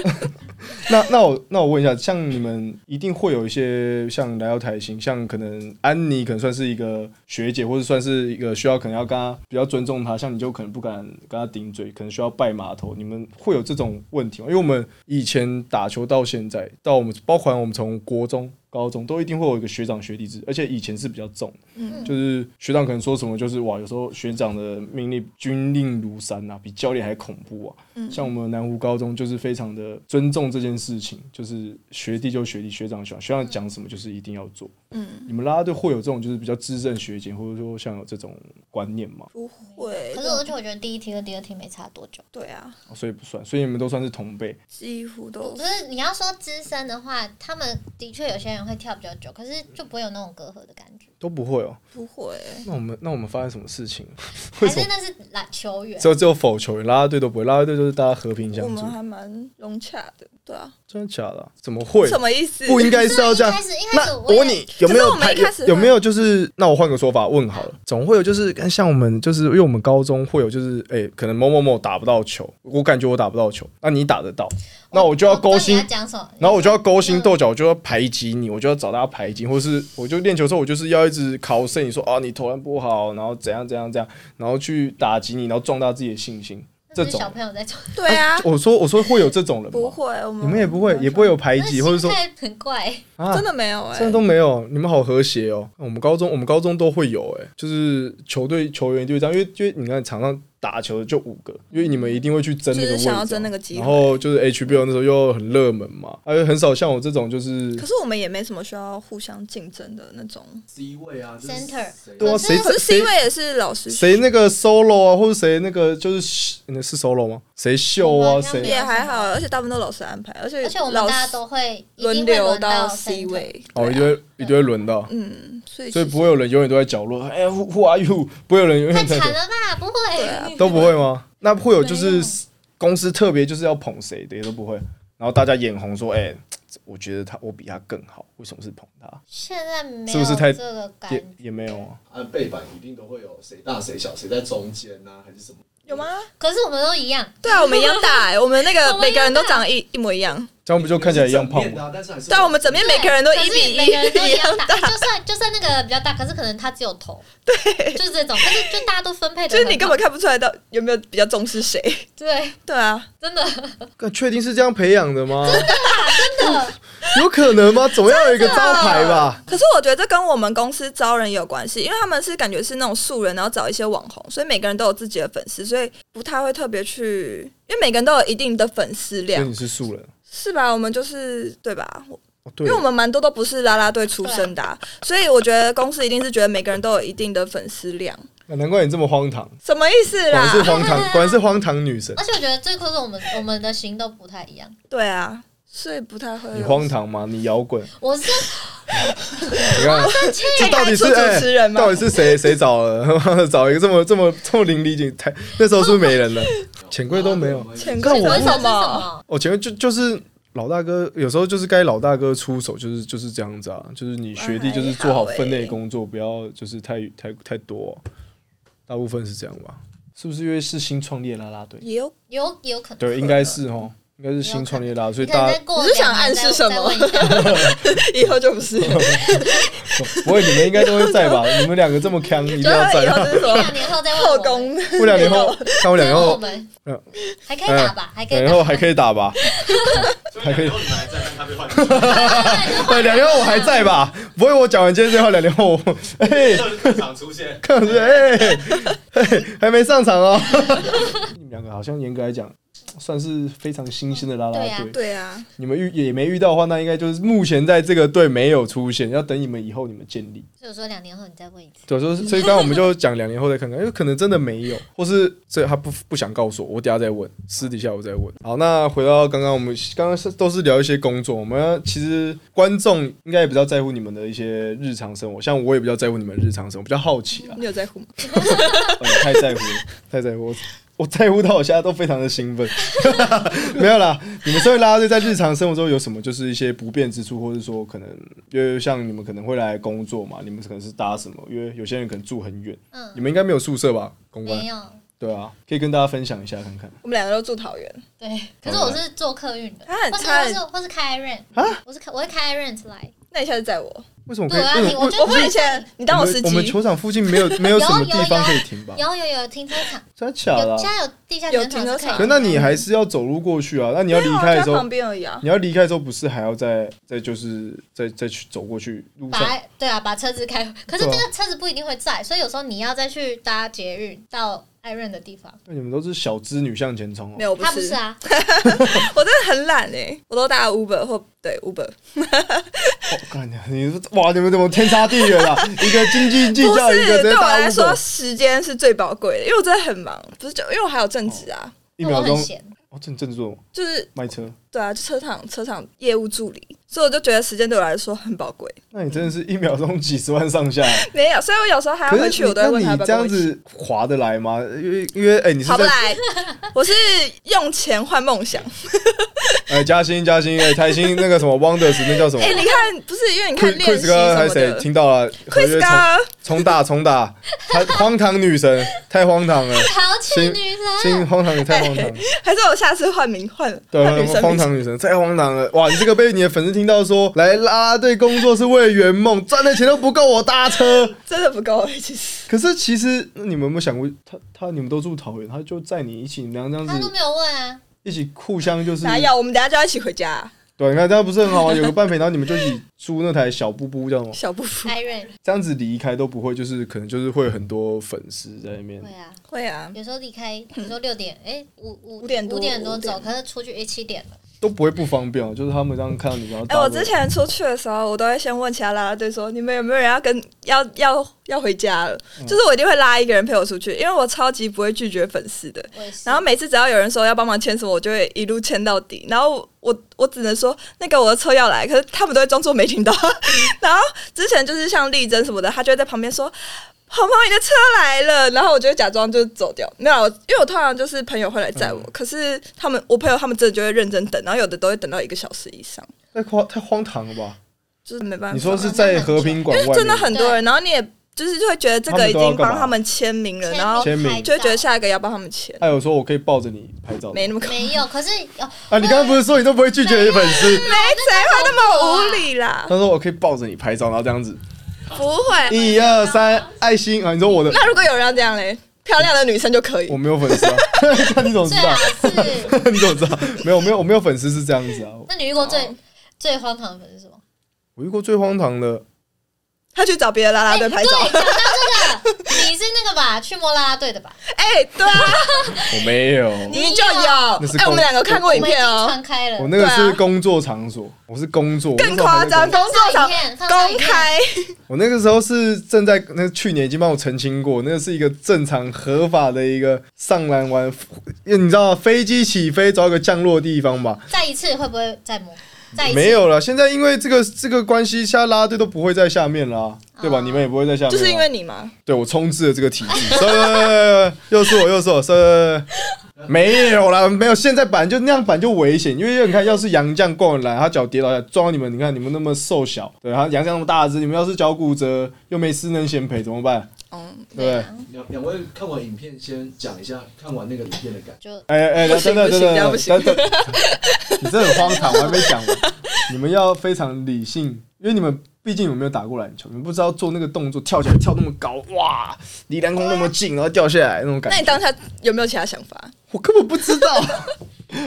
[SPEAKER 2] 那那我那我问一下，像你们一定会有一些像来到台新，像可能安妮可能算是一个学姐，或者算是一个需要可能要跟她比较尊重她，像你就可能不敢跟她顶嘴，可能需要拜码头。你们会有这种问题吗？因为我们以前打球到现在，到我们包括我们从国中、高中都一定会有一个学长学弟制，而且以前是比较重。
[SPEAKER 1] 嗯，
[SPEAKER 2] 就是学长可能说什么，就是哇，有时候学长的命令军令如山啊，比教练还恐怖啊。
[SPEAKER 1] 嗯
[SPEAKER 2] 像我们南湖高中就是非常的尊重这件事情，就是学弟就学弟，学长学长，学长讲什么就是一定要做。
[SPEAKER 1] 嗯，
[SPEAKER 2] 你们啦啦队会有这种就是比较资深学姐，或者说像有这种观念吗？
[SPEAKER 1] 不会，
[SPEAKER 3] 可是而且我觉得第一题和第二题没差多久。
[SPEAKER 1] 对啊，
[SPEAKER 2] 哦所以不算，所以你们都算是同辈。
[SPEAKER 1] 几乎都
[SPEAKER 3] 不是你要说资深的话，他们的确有些人会跳比较久，可是就不会有那种隔阂的感觉。
[SPEAKER 2] 都不会哦，
[SPEAKER 1] 不会、
[SPEAKER 2] 那我们那我们发生什么事情？为
[SPEAKER 3] 还
[SPEAKER 2] 什么
[SPEAKER 3] 是那是篮球员
[SPEAKER 2] 只，有只有否球员啦啦队都不会？啦啦队就是大家和平
[SPEAKER 1] 我
[SPEAKER 2] 相处
[SPEAKER 1] 们，还蛮融洽的，对啊，
[SPEAKER 2] 真的假的啊？怎么会？
[SPEAKER 1] 什么意思？
[SPEAKER 2] 不应该是要这样
[SPEAKER 3] 一开始一。开始
[SPEAKER 2] 那
[SPEAKER 3] 我
[SPEAKER 2] 我
[SPEAKER 3] 也
[SPEAKER 2] 问你，有没
[SPEAKER 1] 可是
[SPEAKER 2] 有
[SPEAKER 1] 我们
[SPEAKER 2] 排
[SPEAKER 1] 一开始会
[SPEAKER 2] 有没有就是？那我换个说法问好了，总会有就是像我们就是因为我们高中会有就是哎、可能某某某打不到球，我感觉我打不到球，那你打得到，那我就要勾心
[SPEAKER 3] 哦我知道你要讲什么？
[SPEAKER 2] 然后我就要勾心斗角，我就要排挤你，我就要找大家排挤，或是我就练球的时候，我就是要一直考胜你说啊，你投篮不好，然后怎样怎样怎样，然后去打击你，然后壮大自己的信心。这
[SPEAKER 3] 这是
[SPEAKER 2] 种
[SPEAKER 3] 小朋友在做，
[SPEAKER 1] 对啊，
[SPEAKER 2] 哎我说我说会有这种人
[SPEAKER 1] 不
[SPEAKER 2] 吗？
[SPEAKER 1] 会，我们
[SPEAKER 2] 你们也不会，也不会有排挤，或者说
[SPEAKER 3] 那心态很怪。
[SPEAKER 2] 啊
[SPEAKER 1] 真，的没有哎、
[SPEAKER 2] 真的都没有，你们好和谐哦。我们高中我们高中都会有哎、就是球队球员就会这样，因为因为你看场上打球的就五个，因为你们一定会去争那个
[SPEAKER 1] 就
[SPEAKER 2] 位
[SPEAKER 1] 是
[SPEAKER 2] 置，啊
[SPEAKER 1] 想要争那个机会
[SPEAKER 2] 然后就是 HBO 那时候又很热门嘛，还有很少像我这种就是
[SPEAKER 1] 可是我们也没什么需要互相竞争的那种，
[SPEAKER 4] C 位啊就是
[SPEAKER 3] Center
[SPEAKER 4] 谁
[SPEAKER 2] 对啊，
[SPEAKER 3] 可
[SPEAKER 2] 谁
[SPEAKER 3] 是
[SPEAKER 1] 可是
[SPEAKER 2] 这
[SPEAKER 1] C
[SPEAKER 2] 谁
[SPEAKER 1] 位也是老师
[SPEAKER 2] 谁那个 solo 啊，或者谁那个就是那是 solo 吗？谁秀
[SPEAKER 3] 我
[SPEAKER 2] 啊，
[SPEAKER 3] 们好像没
[SPEAKER 2] 谁
[SPEAKER 3] 有
[SPEAKER 1] 也还好，而且大部分都老师安排，而且
[SPEAKER 3] 而且我们
[SPEAKER 1] 老
[SPEAKER 3] 大家
[SPEAKER 1] 师
[SPEAKER 3] 都会一定
[SPEAKER 1] 轮
[SPEAKER 3] 会
[SPEAKER 1] 流
[SPEAKER 3] 轮
[SPEAKER 1] 到
[SPEAKER 3] C
[SPEAKER 1] C 位，
[SPEAKER 2] 哦，一定
[SPEAKER 1] 对啊
[SPEAKER 2] 会一定会轮到，
[SPEAKER 1] 嗯，所以
[SPEAKER 2] 所以
[SPEAKER 1] 其实
[SPEAKER 2] 不会有人永远都在角落。哎，who who are you？不会有人永
[SPEAKER 3] 太
[SPEAKER 2] 远在角
[SPEAKER 3] 惨
[SPEAKER 2] 落
[SPEAKER 3] 了吧？不
[SPEAKER 1] 对啊
[SPEAKER 3] 会，
[SPEAKER 2] 都不会吗？那会有就
[SPEAKER 3] 没
[SPEAKER 2] 是
[SPEAKER 3] 有
[SPEAKER 2] 公司特别就是要捧谁的也都不会，然后大家眼红说，哎，我觉得他我比他更好，为什么是捧他？
[SPEAKER 3] 现在没
[SPEAKER 2] 是不
[SPEAKER 3] 有
[SPEAKER 2] 是太
[SPEAKER 3] 这个感
[SPEAKER 2] 也
[SPEAKER 3] 觉。
[SPEAKER 2] 也没有啊，
[SPEAKER 4] 按背板一定都会有谁大谁小，谁在中间呐、啊，还是什么？
[SPEAKER 1] 有吗？
[SPEAKER 3] 可是我们都一样，
[SPEAKER 1] 对啊，我们一样大哎、我们那
[SPEAKER 3] 我
[SPEAKER 1] 个
[SPEAKER 3] 们一样大
[SPEAKER 1] 每个人都长得一一模一样，
[SPEAKER 2] 这样不就看起来一样胖
[SPEAKER 4] 整面
[SPEAKER 2] 吗？
[SPEAKER 4] 啊，但是还是
[SPEAKER 1] 对啊，我们整边每个人都
[SPEAKER 3] 对
[SPEAKER 1] 一比
[SPEAKER 3] 可是每个人都
[SPEAKER 1] 一
[SPEAKER 3] 一样
[SPEAKER 1] 样
[SPEAKER 3] 大，哎就算就算那个比较大，可是可能他只有头，对，就是这种，但是就大家都分配的，
[SPEAKER 1] 就是你 根本看不出来到有没有比较重视谁。
[SPEAKER 3] 对，
[SPEAKER 1] 对啊，
[SPEAKER 3] 真的真
[SPEAKER 2] 干确定是这样培养的吗？
[SPEAKER 3] 的，
[SPEAKER 2] 有可能吗？总要有一个招牌吧。
[SPEAKER 1] 可是我觉得这跟我们公司招人也有关系，因为他们是感觉是那种素人，然后找一些网红，所以每个人都有自己的粉丝，所以不太会特别去，因为每个人都有一定的粉丝
[SPEAKER 2] 所以
[SPEAKER 1] 量，
[SPEAKER 2] 你是素人，
[SPEAKER 1] 是吧？我们就是对吧？我
[SPEAKER 2] 哦
[SPEAKER 1] 因
[SPEAKER 2] 对
[SPEAKER 1] 为我们蛮多都不是啦啦队出身的啊、所以我觉得公司一定是觉得每个人都有一定的粉丝量，
[SPEAKER 2] 啊难怪你这么荒唐。
[SPEAKER 1] 什么意思
[SPEAKER 2] 果然是
[SPEAKER 1] 啦？
[SPEAKER 2] 荒唐，果然是荒唐女神。
[SPEAKER 3] 而且我觉得最酷是我们我们的型都不太一 样，
[SPEAKER 1] 对啊，所以不太会有。
[SPEAKER 2] 你荒唐吗？你摇滚？
[SPEAKER 3] 我 是
[SPEAKER 2] 你看，这到底是
[SPEAKER 1] 可以看出主持人吗
[SPEAKER 2] 哎到底是谁谁找了？妈的， 找一个这么这么这么淋漓尽致，那时候是不是没 人了？潜规都没有
[SPEAKER 1] 潜
[SPEAKER 4] 规
[SPEAKER 1] 规则
[SPEAKER 2] 我不
[SPEAKER 1] 是
[SPEAKER 3] 为什
[SPEAKER 1] 什么？
[SPEAKER 3] 么？
[SPEAKER 2] 哦，前面就就是老大哥，有时候就是该老大哥出手，就是就是这样子啊，就是你学弟就是做好分内工作，不要就是太太太多、大部分是这样吧？是不是因为是新创立的啦啦队？
[SPEAKER 1] 也有，
[SPEAKER 3] 有也有可能，
[SPEAKER 2] 对，应该是哦，应该是新创立的啦啦队，所以
[SPEAKER 3] 你可能
[SPEAKER 2] 大
[SPEAKER 3] 再
[SPEAKER 2] 家
[SPEAKER 3] 过
[SPEAKER 1] 你是想
[SPEAKER 3] 两年
[SPEAKER 1] 暗
[SPEAKER 3] 再
[SPEAKER 1] 示什
[SPEAKER 3] 再
[SPEAKER 1] 么
[SPEAKER 3] 问 一下
[SPEAKER 1] 以后就不 是，就是
[SPEAKER 2] 不会，你们应该都会在吧？你们两个这么 强，一定要在
[SPEAKER 1] 以
[SPEAKER 2] 啊
[SPEAKER 1] 后！就是
[SPEAKER 3] 一
[SPEAKER 1] 说
[SPEAKER 3] 两年后再问
[SPEAKER 1] 后
[SPEAKER 3] 我们
[SPEAKER 1] 宫，
[SPEAKER 2] 过两年后，看我两年
[SPEAKER 3] 再问我
[SPEAKER 2] 后，
[SPEAKER 3] 们
[SPEAKER 2] 嗯，
[SPEAKER 3] 还可以打吧，还可以
[SPEAKER 2] 两年
[SPEAKER 3] 打，
[SPEAKER 2] 后还可以打 吧？还可以
[SPEAKER 4] 以后你们还在看他 被换，
[SPEAKER 2] 对，两年后我还在吧？不会，我讲完今天这话，两年后我， 哎、
[SPEAKER 4] 正常出现。
[SPEAKER 2] 看是哎、嘿嘿还没上场哦。 你们两个好像严格来讲，算是非常新兴的啦啦队。
[SPEAKER 3] 对啊
[SPEAKER 1] 对啊，
[SPEAKER 2] 你们遇也没遇到的话，那应该就是目前在这个队没有出现，要等你们以后你们建立。
[SPEAKER 3] 所以我说两年后你再问一次，
[SPEAKER 2] 对，所以所以刚刚我们就讲两年后再看看，因为可能真的没有，或是这他不不想告诉我，我等一下再问，私底下我再问。好，那回到刚刚我们刚刚是都是聊一些工作，我们要其实观众应该也比较在乎你们的一些日常生活，像我也比较在乎你们的日常生活，比较好奇 啊。
[SPEAKER 1] 你有在乎吗？
[SPEAKER 2] 我太在乎了，太在乎，我我在乎到我现在都非常的兴奋。 没有啦，你们身为啦啦队在日常生活中有什么就是一些不便之处，或者说可能因为像你们可能会来工作嘛，你们可能是搭什么？因为有些人可能住很远，
[SPEAKER 3] 嗯
[SPEAKER 2] 你，们应该没有宿舍吧？公关
[SPEAKER 3] 没有，
[SPEAKER 2] 对啊，可以跟大家分享一下看看。
[SPEAKER 1] 我们两个都住桃园，
[SPEAKER 3] 对，可是我是坐客运的，
[SPEAKER 1] 他很
[SPEAKER 3] 或是
[SPEAKER 1] 他
[SPEAKER 3] 或
[SPEAKER 1] 很
[SPEAKER 3] 是或是开 rent，我是
[SPEAKER 2] 啊
[SPEAKER 3] 开我会开 rent 来，
[SPEAKER 1] 那你下次载我，
[SPEAKER 2] 为什么可以？
[SPEAKER 3] 对啊，
[SPEAKER 2] 为
[SPEAKER 3] 你
[SPEAKER 2] 什么
[SPEAKER 3] 我觉
[SPEAKER 1] 我
[SPEAKER 3] 得
[SPEAKER 1] 问一下，你当
[SPEAKER 2] 我
[SPEAKER 1] 我
[SPEAKER 2] 们
[SPEAKER 1] 司
[SPEAKER 2] 我们
[SPEAKER 1] 机，
[SPEAKER 2] 球场附近没有 没有什么地方可以停吧？
[SPEAKER 3] 有有有停车场，
[SPEAKER 2] 真的假的
[SPEAKER 3] 有
[SPEAKER 2] 啊
[SPEAKER 3] 现？在有地下停车场是可以
[SPEAKER 1] 有停车场
[SPEAKER 2] 可
[SPEAKER 3] 停
[SPEAKER 2] 那你还是要走路过去啊？那你要离开的
[SPEAKER 1] 家
[SPEAKER 2] 时候，
[SPEAKER 1] 旁边而已啊。
[SPEAKER 2] 你要离开之后，不是还要再再就是再再去走过去路上？
[SPEAKER 3] 把对啊，把车子开，可是
[SPEAKER 2] 对啊
[SPEAKER 3] 这个车子不一定会在，所以有时候你要再去搭捷运到艾润的地方。
[SPEAKER 2] 那你们都是小资女向前冲
[SPEAKER 1] 没
[SPEAKER 2] 哦。
[SPEAKER 1] 有，我不
[SPEAKER 3] 他不
[SPEAKER 1] 是，
[SPEAKER 3] 是啊，
[SPEAKER 1] 我真的很懒哎、我都搭 Uber 或对 Uber，
[SPEAKER 2] 我哦干你，你哇，你们怎么天差地远啊？一个斤斤计
[SPEAKER 1] 不
[SPEAKER 2] 较，一
[SPEAKER 1] 是
[SPEAKER 2] 个直
[SPEAKER 1] 对
[SPEAKER 2] 接
[SPEAKER 1] 我
[SPEAKER 2] 大
[SPEAKER 1] 来
[SPEAKER 2] 乌
[SPEAKER 1] 说
[SPEAKER 2] 手，
[SPEAKER 1] 时间是最宝贵的，因为我真的很忙，不是就因为我还有正职啊，
[SPEAKER 2] 一秒
[SPEAKER 3] 那我
[SPEAKER 2] 钟
[SPEAKER 3] 很闲，
[SPEAKER 2] 哦，正正坐
[SPEAKER 1] 就是
[SPEAKER 2] 卖车，
[SPEAKER 1] 对啊，就车厂车厂业务助理，所以我就觉得时间对我来说很宝贵。
[SPEAKER 2] 那你真的是一秒钟几十万上下。啊
[SPEAKER 1] 没有，所以我有时候还要
[SPEAKER 2] 可
[SPEAKER 1] 回
[SPEAKER 2] 是
[SPEAKER 1] 去，我
[SPEAKER 2] 你
[SPEAKER 1] 都会问他
[SPEAKER 2] 那
[SPEAKER 1] 要
[SPEAKER 2] 你
[SPEAKER 1] 不要跟
[SPEAKER 2] 这
[SPEAKER 1] 我
[SPEAKER 2] 样
[SPEAKER 1] 一起。
[SPEAKER 2] 子划得来吗？因为因为哎，你是
[SPEAKER 1] 划不
[SPEAKER 2] 在
[SPEAKER 1] 来，我是用钱换梦 想。
[SPEAKER 2] 哎嘉欣嘉欣哎台新那个什么 Wonders 那叫什么
[SPEAKER 1] 哎、你看，不是因为你看
[SPEAKER 2] Chris
[SPEAKER 1] 练习
[SPEAKER 2] Chris
[SPEAKER 1] 什
[SPEAKER 2] 哥还
[SPEAKER 1] 么
[SPEAKER 2] 是谁
[SPEAKER 1] 的
[SPEAKER 2] 听到了合
[SPEAKER 1] ，Chris
[SPEAKER 2] 约重
[SPEAKER 1] 哥，
[SPEAKER 2] 重打重打，她荒唐女神太荒唐了。
[SPEAKER 3] 淘气
[SPEAKER 2] 行
[SPEAKER 3] 女神，啊
[SPEAKER 2] 新荒唐也太荒唐了，
[SPEAKER 1] 哎还是我下次换名换
[SPEAKER 2] 对啊
[SPEAKER 1] 换女生
[SPEAKER 2] 荒
[SPEAKER 1] 名
[SPEAKER 2] 唐女神太荒唐了！哇，你这个被你的粉丝听到说来啦啦队工作是为了圆梦，赚的钱都不够我搭车。
[SPEAKER 1] 真的不够欸，其实
[SPEAKER 2] 可是其实你们有没有想过，他他你们都住桃园，他就载你一起，你们这样
[SPEAKER 3] 他都
[SPEAKER 2] 子
[SPEAKER 3] 没有问啊，
[SPEAKER 2] 一起互相就是
[SPEAKER 1] 哪有？我们等一下就要一起回家、
[SPEAKER 2] 对，你看这样不是很好吗？有个伴陪，然后你们就一起租那台小布布，这样吗？
[SPEAKER 1] 小不服
[SPEAKER 3] 艾瑞
[SPEAKER 2] 这样子离开都不会，就是可能就是会有很多粉丝在那边
[SPEAKER 3] 会。啊。
[SPEAKER 1] 会啊，
[SPEAKER 3] 有时候离开，比如说六 点，哎、五五
[SPEAKER 1] 五点多
[SPEAKER 3] 五点多
[SPEAKER 1] 五点
[SPEAKER 3] 走，可是出去哎七点了，
[SPEAKER 2] 都不会不方便哦，就是他们这样看到你，然后
[SPEAKER 1] 哎、
[SPEAKER 2] 搭过
[SPEAKER 1] 我
[SPEAKER 2] 来。
[SPEAKER 1] 之前出去的时候，我都会先问其他啦啦队说：“你们有没有人要跟要要要回家了？”就是我一定会拉一个人陪我出去，因为我超级不会拒绝粉丝的。
[SPEAKER 3] 我也是。
[SPEAKER 1] 然后每次只要有人说要帮忙签什么，我就会一路签到底。然后我我只能说那个我的车要来，可是他们都会装作没听到。 然后之前就是像丽珍什么的，她就会在旁边说。鹏鹏，你的车来了，然后我就会假装就走掉。没有啊，我因为我通常就是朋友会来载我，可是他们我朋友他们真的就会认真等，然后有的都会等到一个小时以上，
[SPEAKER 2] 太夸太荒唐了吧？
[SPEAKER 1] 就是没办法。
[SPEAKER 2] 你说是在和平馆外面
[SPEAKER 1] 真的很多人，然后你也就是就会觉得这个已经帮他们签名了，然后
[SPEAKER 2] 签名
[SPEAKER 1] 就会觉得下一个要帮他们签，
[SPEAKER 2] 还有说哎我可以抱着你拍照，
[SPEAKER 1] 没那么可
[SPEAKER 3] 没有，可是哦有
[SPEAKER 2] 啊，你刚刚不是说你都不会拒绝粉丝？
[SPEAKER 1] 谁会那么无理啦？
[SPEAKER 2] 他说我可以抱着你拍照，然后这样子，
[SPEAKER 3] 啊
[SPEAKER 1] 不会。
[SPEAKER 2] 一二三，爱心啊！你说我的
[SPEAKER 1] 那如果有人要这样嘞，漂亮的女生就可以
[SPEAKER 2] 我。没有粉丝啊， 你怎么知
[SPEAKER 3] 最
[SPEAKER 2] 道
[SPEAKER 1] 啊
[SPEAKER 3] 爱？ 是，
[SPEAKER 2] 你怎么知道？没有没有我没有粉丝是这样子啊。
[SPEAKER 3] 那你遇过最最荒唐的粉丝是什么？
[SPEAKER 2] 我遇过最荒唐的，
[SPEAKER 1] 他去找别的啦啦队拍照。
[SPEAKER 3] 对，讲到这个，你是那个吧，去摸啦啦队的吧？
[SPEAKER 1] 哎，对啊，
[SPEAKER 2] 我没有，
[SPEAKER 1] 明明就有。
[SPEAKER 2] 那是
[SPEAKER 1] 哎，我
[SPEAKER 2] 公
[SPEAKER 1] 们两个看过
[SPEAKER 3] 我
[SPEAKER 1] 影
[SPEAKER 3] 们已经
[SPEAKER 1] 片哦，
[SPEAKER 3] 传开了
[SPEAKER 2] 我。那个
[SPEAKER 1] 对
[SPEAKER 2] 是
[SPEAKER 1] 啊
[SPEAKER 2] 工作场所，我是工作，
[SPEAKER 1] 更夸张，
[SPEAKER 2] 我那时候还在工作
[SPEAKER 1] 工作
[SPEAKER 3] 放
[SPEAKER 1] 场
[SPEAKER 3] 影片放
[SPEAKER 1] 公
[SPEAKER 3] 影片
[SPEAKER 1] 开，
[SPEAKER 2] 我那个时候是正在那去年已经帮我澄清过，那个是一个正常合法的一个上篮玩，你知道飞机起飞找一个降落的地方吧？
[SPEAKER 3] 再一次会不会再摸？
[SPEAKER 1] 哎
[SPEAKER 3] 再一次
[SPEAKER 2] 没有了，现在因为这个这个关系，现在拉拉队都不会在下面啦、对吧？
[SPEAKER 3] 哦
[SPEAKER 2] 你们也不会在下面啦，
[SPEAKER 1] 就是因为你嘛。
[SPEAKER 2] 对我充斥了这个体制，所以 又是我又是我，所以没有啦，没有，现在版就那样版就危险，因为你看，要是杨绛灌篮，他脚跌倒下来撞到你们，你看你们那么瘦小，对，他杨绛那么大只，你们要是脚骨折又没失能险赔怎么办？
[SPEAKER 1] 嗯，
[SPEAKER 2] 对不对？
[SPEAKER 4] 两两位看完影片，先讲一下看完那个影片的感觉。
[SPEAKER 3] 就
[SPEAKER 2] 哎 哎，
[SPEAKER 1] 不
[SPEAKER 2] 等
[SPEAKER 1] 行
[SPEAKER 2] 等等
[SPEAKER 1] 不行这样
[SPEAKER 2] 等
[SPEAKER 1] 不行
[SPEAKER 2] 等等， 你这很荒唐，我还啊没讲完。你们要非常理性，因为你们毕竟你们没有打过篮球，你们不知道做那个动作，跳起来跳那么高，哇，离篮筐那么近，然后掉下来那种感
[SPEAKER 1] 那你
[SPEAKER 2] 觉，
[SPEAKER 1] 当下有没有其他想法？
[SPEAKER 2] 我根本不知道。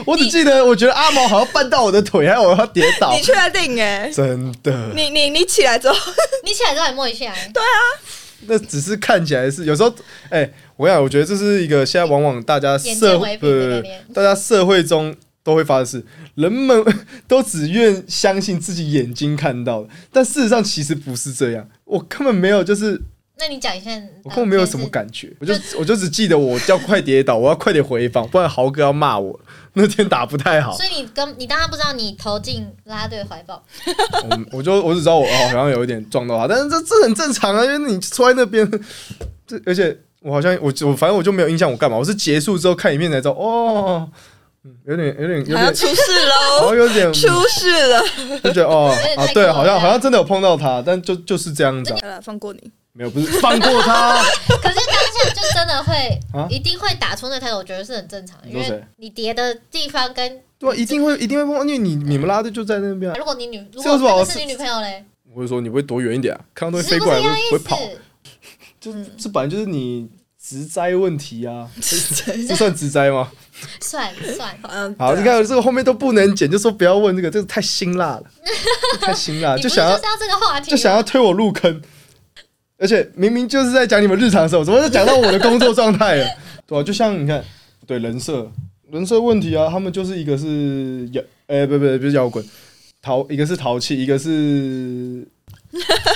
[SPEAKER 2] 我只记得，我觉得阿毛好像绊到我的腿，还有我要跌倒
[SPEAKER 1] 你，确定？哎，
[SPEAKER 2] 真的。
[SPEAKER 1] 你你你起来之后，
[SPEAKER 3] 你起来之后你摸一下，
[SPEAKER 2] 那只是看起来是有时候，哎、我跟你讲，我觉得这是一个现在往往大家
[SPEAKER 3] 眼
[SPEAKER 2] 社
[SPEAKER 3] 见
[SPEAKER 2] 会
[SPEAKER 3] 为
[SPEAKER 2] 不
[SPEAKER 3] 凭的
[SPEAKER 2] 不
[SPEAKER 3] 概
[SPEAKER 2] 不
[SPEAKER 3] 念
[SPEAKER 2] 大家社会中都会发生的事，人们 都只愿相信自己眼睛看到的，但事实上其实不是这样。我根本没有，就是
[SPEAKER 3] 那你讲一下，
[SPEAKER 2] 我根本没有什么感觉，我就我就只记得我要快跌倒，我要快点回防，不然豪哥要骂我。那天打不太好
[SPEAKER 3] 所，以你跟你当他不知道你投进啦啦队怀抱，
[SPEAKER 2] 我我就我只知道我好像有一点撞到他，但是这这很正常啊，因为你坐在那边，这而且我好像我我反正我就没有印象我干嘛，我是结束之后看影片才知道哦，嗯，有点有点有
[SPEAKER 1] 好像
[SPEAKER 2] 点，
[SPEAKER 1] 出事
[SPEAKER 2] 好
[SPEAKER 1] 喽，
[SPEAKER 2] 像有点嗯
[SPEAKER 1] 出事了。
[SPEAKER 2] 就觉得哦
[SPEAKER 3] 点
[SPEAKER 2] 啊
[SPEAKER 3] 太过
[SPEAKER 2] 对，
[SPEAKER 3] 了
[SPEAKER 2] 好像好像真的有碰到他，但就就是这样子啊、
[SPEAKER 1] 好了，放过 你。
[SPEAKER 2] 没有不是放过他，
[SPEAKER 3] 可是当下就真的会
[SPEAKER 2] 啊，
[SPEAKER 3] 一定会打出那台，我觉得是很正常，
[SPEAKER 2] 你
[SPEAKER 3] 因
[SPEAKER 2] 说谁
[SPEAKER 3] 为你叠的地方跟
[SPEAKER 2] 对、啊，一定会一定会碰到，因为你你们拉队就在那边、啊，
[SPEAKER 3] 如果你女如
[SPEAKER 2] 这有什
[SPEAKER 3] 果
[SPEAKER 2] 么好
[SPEAKER 3] 那个是你女朋友嘞，
[SPEAKER 2] 我就说你不会躲远一点啊，看到东西
[SPEAKER 3] 是
[SPEAKER 2] 飞
[SPEAKER 3] 不
[SPEAKER 2] 过来
[SPEAKER 3] 是
[SPEAKER 2] 我
[SPEAKER 3] 要
[SPEAKER 2] 就不
[SPEAKER 3] 意
[SPEAKER 2] 会跑，
[SPEAKER 3] 思？
[SPEAKER 2] 就是这本来就是你职灾问题啊，
[SPEAKER 3] 嗯
[SPEAKER 2] 这算职灾吗？
[SPEAKER 3] 算 算，
[SPEAKER 1] 好像
[SPEAKER 2] 好，
[SPEAKER 1] 对啊
[SPEAKER 2] 你看这个后面都不能剪，就说不要问这个，这个太辛辣了，这太辛辣，
[SPEAKER 3] 你
[SPEAKER 2] 啊
[SPEAKER 3] 不
[SPEAKER 2] 就是想要
[SPEAKER 3] 就是要啊这个话题吗，
[SPEAKER 2] 就想要推我入坑，而且明明就是在讲你们日常生活，怎么就讲到我的工作状态了？对、啊，就像你看，对人设人设问题啊，他们就是一个是摇，哎、不不不是摇滚，淘一个是淘气，一个是